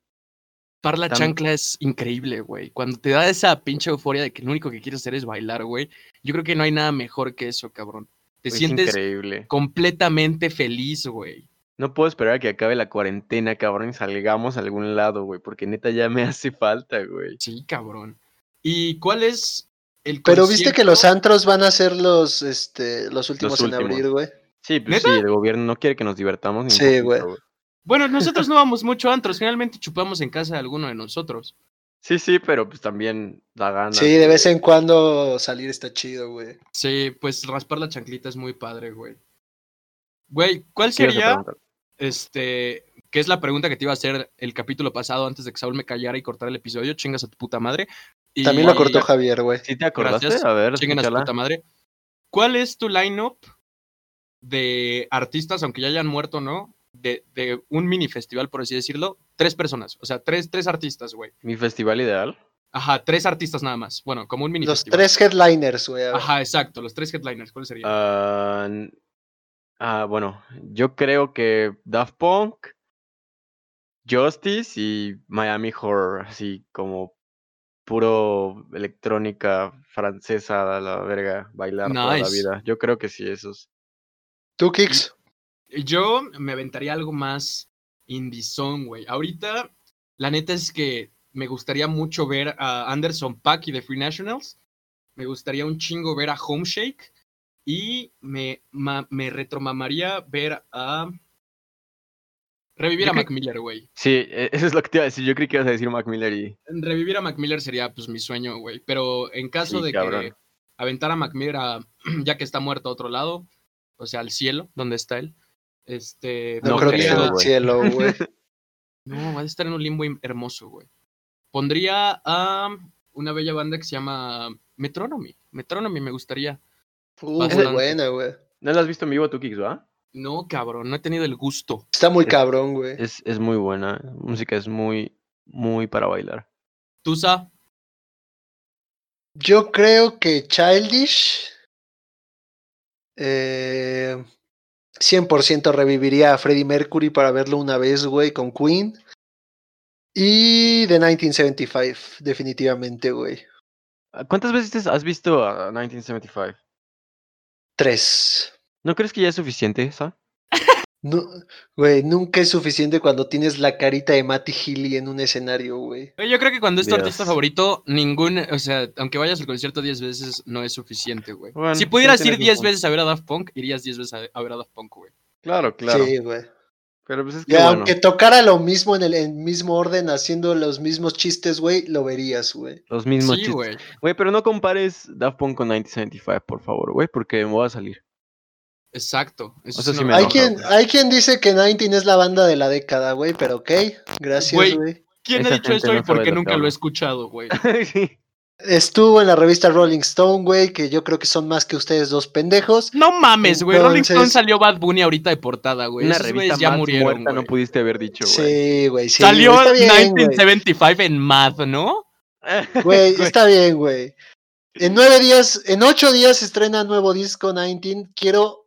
Speaker 4: Parla
Speaker 2: Tam-
Speaker 4: Chancla es increíble, güey. Cuando te da esa pinche euforia de que lo único que quieres hacer es bailar, güey. Yo creo que no hay nada mejor que eso, cabrón. Te
Speaker 3: Pues,
Speaker 2: Es
Speaker 4: sientes
Speaker 2: increíble.
Speaker 4: completamente feliz, güey.
Speaker 2: No puedo esperar a que acabe la cuarentena, cabrón, y salgamos a algún lado, güey, porque neta ya me hace falta, güey.
Speaker 4: Sí, cabrón. ¿Y cuál es el
Speaker 3: Pero viste que
Speaker 4: concierto?
Speaker 3: los antros van a ser los, este, los últimos en
Speaker 2: últimos.
Speaker 3: abrir, güey.
Speaker 2: Sí, pues sí, el gobierno no quiere que nos divertamos ni un
Speaker 3: Sí, güey.
Speaker 2: poquito,
Speaker 4: Bueno, nosotros no vamos mucho a antros. Finalmente chupamos en casa de alguno de nosotros.
Speaker 2: Sí, sí, pero pues también da ganas.
Speaker 3: Sí, de
Speaker 2: güey.
Speaker 3: vez en cuando salir está chido, güey.
Speaker 4: Sí, pues raspar la chanclita es muy padre, güey. Güey, ¿cuál
Speaker 2: ¿Qué ibas a
Speaker 4: sería,
Speaker 2: preguntar?
Speaker 4: este, que es la pregunta que te iba a hacer el capítulo pasado antes de que Saúl me callara y cortara el episodio? Chingas a tu puta madre. Y-
Speaker 3: También lo cortó Javier, güey.
Speaker 2: ¿Sí te acordaste?
Speaker 4: Gracias.
Speaker 2: A ver,
Speaker 4: Chinguen a su
Speaker 2: escúchala.
Speaker 4: puta madre. ¿Cuál es tu lineup de artistas, aunque ya hayan muerto, no? De, de un mini festival, por así decirlo. Tres personas, o sea, tres, tres artistas, güey.
Speaker 2: Mi festival ideal.
Speaker 4: Ajá, tres artistas nada más. Bueno, como un mini
Speaker 3: Los
Speaker 4: festival.
Speaker 3: tres headliners, güey. a ver.
Speaker 4: Ajá, exacto, los tres headliners. ¿Cuáles serían?
Speaker 2: Ah, n- ah, bueno, yo creo que Daft Punk, Justice y Miami Horror, así como puro electrónica francesa a la verga, bailar toda la
Speaker 4: Nice.
Speaker 2: vida. Yo creo que sí, esos.
Speaker 3: ¿Tú, Kix?
Speaker 4: Yo me aventaría algo más indie song, güey. Ahorita, la neta es que me gustaría mucho ver a Anderson Pack y The Free Nationals. Me gustaría un chingo ver a Homeshake. Y me, ma- me retromamaría ver a. Revivir
Speaker 2: Yo
Speaker 4: a
Speaker 2: creo-
Speaker 4: Mac Miller, güey.
Speaker 2: Sí, e- eso es lo que te iba a decir. Yo creí que ibas a decir Mac Miller y
Speaker 4: Revivir a Mac Miller sería pues mi sueño, güey. Pero en caso
Speaker 2: Sí,
Speaker 4: de
Speaker 2: cabrón.
Speaker 4: que aventar a Mac Miller a- ya que está muerto a otro lado, o sea, al cielo, donde está él. Este,
Speaker 3: No,
Speaker 2: No
Speaker 3: creo que
Speaker 2: creo,
Speaker 3: sea en el
Speaker 2: güey.
Speaker 3: cielo, güey.
Speaker 4: No, va a estar en un limbo im- hermoso, güey. Pondría a una bella banda que se llama Metronomy. Metronomy me gustaría.
Speaker 3: Uh,
Speaker 4: Bastante.
Speaker 3: muy buena, güey.
Speaker 2: ¿No la has visto en vivo tú, Kix, va?
Speaker 4: No, cabrón, no he tenido el gusto.
Speaker 3: Está muy
Speaker 2: Es-
Speaker 3: cabrón, güey.
Speaker 2: Es, es muy buena. la Música es muy, muy para bailar.
Speaker 4: Tusa,
Speaker 3: Yo creo que Childish eh, 100% reviviría a Freddie Mercury para verlo una vez, güey, con Queen. Y The 1975, definitivamente, güey.
Speaker 2: Ah, ¿Cuántas veces has visto a 1975?
Speaker 3: Tres.
Speaker 2: ¿No crees que ya es suficiente, esa?
Speaker 3: Nu- Güey, nunca es suficiente cuando tienes la carita de Matty Healy en un escenario, güey.
Speaker 4: Güey, Yo creo que cuando es tu artista
Speaker 2: Dios.
Speaker 4: favorito, ningún, o sea, aunque vayas al concierto 10 veces, no es suficiente, güey.
Speaker 2: Bueno,
Speaker 4: si
Speaker 2: sí
Speaker 4: pudieras ir
Speaker 2: tienes un
Speaker 4: 10
Speaker 2: punto.
Speaker 4: veces a ver a Daft Punk, irías 10 veces a, a ver a Daft Punk, güey.
Speaker 2: Claro, claro.
Speaker 3: Sí, güey.
Speaker 2: Pero pues es que
Speaker 3: Y
Speaker 2: bueno.
Speaker 3: aunque tocara lo mismo en el en mismo orden, haciendo los mismos chistes, güey, lo verías, güey.
Speaker 2: Los mismos
Speaker 4: Sí,
Speaker 2: chistes.
Speaker 4: güey.
Speaker 2: Güey, pero no compares Daft Punk con 1975, por favor, güey, porque me voy a salir.
Speaker 4: Exacto. Eso
Speaker 2: Eso
Speaker 4: es
Speaker 2: sí
Speaker 4: una
Speaker 2: me
Speaker 3: Hay
Speaker 2: enoja,
Speaker 4: mamada.
Speaker 3: quien, hay quien dice que 19 es la banda de la década, güey, pero ok, gracias,
Speaker 4: Güey.
Speaker 3: güey.
Speaker 4: ¿Quién ha
Speaker 2: Esa
Speaker 4: dicho
Speaker 2: gente
Speaker 4: esto
Speaker 2: no
Speaker 4: y
Speaker 2: sabe
Speaker 4: por
Speaker 2: de
Speaker 4: qué
Speaker 2: lo que
Speaker 4: nunca lo he
Speaker 2: habla.
Speaker 4: escuchado, güey?
Speaker 2: Sí.
Speaker 3: Estuvo en la revista Rolling Stone, güey, que yo creo que son más que ustedes dos pendejos.
Speaker 4: No mames, güey. Rolling Stone
Speaker 3: Entonces-
Speaker 4: salió Bad Bunny ahorita de portada, güey.
Speaker 2: Una
Speaker 4: Esos güeyes
Speaker 2: revista
Speaker 4: ya
Speaker 2: más
Speaker 4: murieron,
Speaker 2: muerta no
Speaker 4: güey.
Speaker 2: pudiste haber dicho, güey.
Speaker 3: Sí, güey, sí.
Speaker 4: Salió
Speaker 3: está bien, güey.
Speaker 4: 1975 en Math, ¿no?
Speaker 3: Güey, está bien, güey. En nueve días, en ocho días se estrena nuevo disco 19. Quiero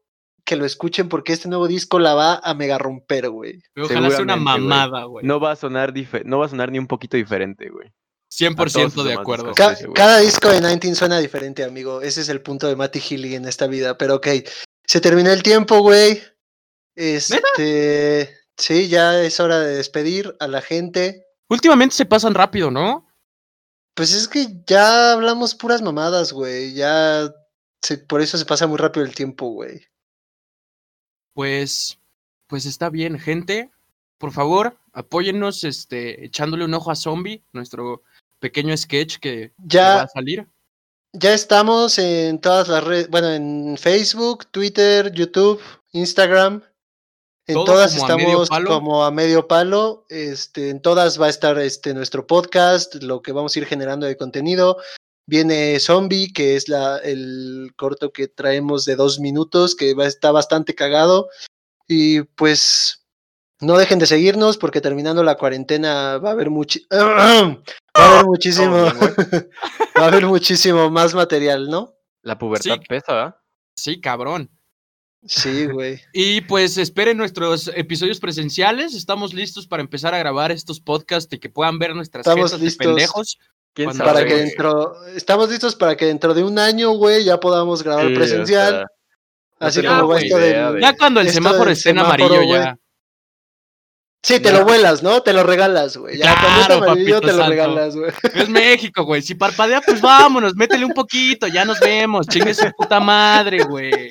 Speaker 3: que lo escuchen porque este nuevo disco la va a mega romper, güey.
Speaker 4: Ojalá sea una
Speaker 2: Seguramente, güey.
Speaker 4: mamada, güey.
Speaker 2: No va a sonar dife- no va a sonar ni un poquito diferente, güey. a todos los
Speaker 4: 100% de
Speaker 2: demás
Speaker 4: acuerdo.
Speaker 2: discos.
Speaker 3: Ca-
Speaker 2: sí, güey.
Speaker 3: cada disco de 19 suena diferente, amigo. Ese es el punto de Matty Healy en esta vida. Pero ok, se terminó el tiempo, güey. Este. Sí, ya es hora de despedir a la gente.
Speaker 4: Últimamente se pasan rápido, ¿no?
Speaker 3: Pues es que ya hablamos puras mamadas, güey. Ya. se- por eso se pasa muy rápido el tiempo, güey.
Speaker 4: pues, pues está bien, gente. Por favor, apóyennos este, echándole un ojo a Zombie, nuestro pequeño sketch que, que va
Speaker 3: Ya,
Speaker 4: a salir.
Speaker 3: ya estamos en todas las redes, bueno, en Facebook, Twitter, YouTube, Instagram. En
Speaker 4: Todo
Speaker 3: todas
Speaker 4: como a medio
Speaker 3: estamos
Speaker 4: palo.
Speaker 3: como a medio palo. Este, en todas va a estar este nuestro podcast, lo que vamos a ir generando de contenido. Viene Zombie, que es la, el corto que traemos de dos minutos, que va, está bastante cagado. Y pues no dejen de seguirnos, porque terminando la cuarentena va a haber muchi va a haber muchísimo. va a haber muchísimo más material, ¿no?
Speaker 2: La pubertad
Speaker 4: Sí.
Speaker 2: pesa, ¿ah? ¿verdad?
Speaker 4: Sí, cabrón.
Speaker 3: Sí, güey.
Speaker 4: Y pues esperen nuestros episodios presenciales. Estamos listos para empezar a grabar estos podcasts y que puedan ver nuestras
Speaker 3: Estamos
Speaker 4: caras de
Speaker 3: listos.
Speaker 4: pendejos.
Speaker 2: ¿Quién
Speaker 4: Cuando-
Speaker 3: Para
Speaker 4: Sabe,
Speaker 3: que
Speaker 4: güey.
Speaker 3: dentro, estamos listos para que dentro de un año, güey, ya podamos grabar
Speaker 2: Sí, o
Speaker 3: presencial.
Speaker 2: sea, no
Speaker 3: así
Speaker 2: tenemos
Speaker 3: como va
Speaker 2: ni
Speaker 3: esto
Speaker 2: idea
Speaker 3: del-
Speaker 2: de-
Speaker 4: Ya cuando el
Speaker 3: Pues, Esto
Speaker 4: semáforo
Speaker 3: del
Speaker 4: esté en
Speaker 3: semáforo,
Speaker 4: amarillo
Speaker 3: güey.
Speaker 4: ya.
Speaker 3: Sí, te
Speaker 4: Ya.
Speaker 3: lo vuelas, ¿no? Te lo regalas, güey. Ya cuando está
Speaker 4: Claro,
Speaker 3: amarillo,
Speaker 4: papito
Speaker 3: te lo
Speaker 4: santo.
Speaker 3: regalas, güey.
Speaker 4: Es México, güey. Si parpadea, pues vámonos, métele un poquito, ya nos vemos. Chingue su puta madre, güey.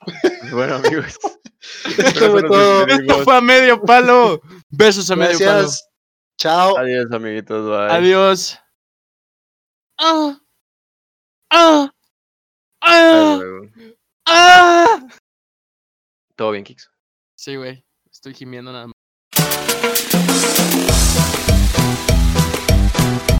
Speaker 2: Bueno, amigos.
Speaker 3: Esto fue todo.
Speaker 4: Esto fue a medio palo. Besos a medio palo.
Speaker 3: Gracias. Chao.
Speaker 2: Adiós, amiguitos. Bye.
Speaker 4: Adiós. Ah. Ah. Ah.
Speaker 2: Hasta luego.
Speaker 4: Ah.
Speaker 2: Todo bien, Kix.
Speaker 4: Sí, güey. Estoy gimiendo nada más.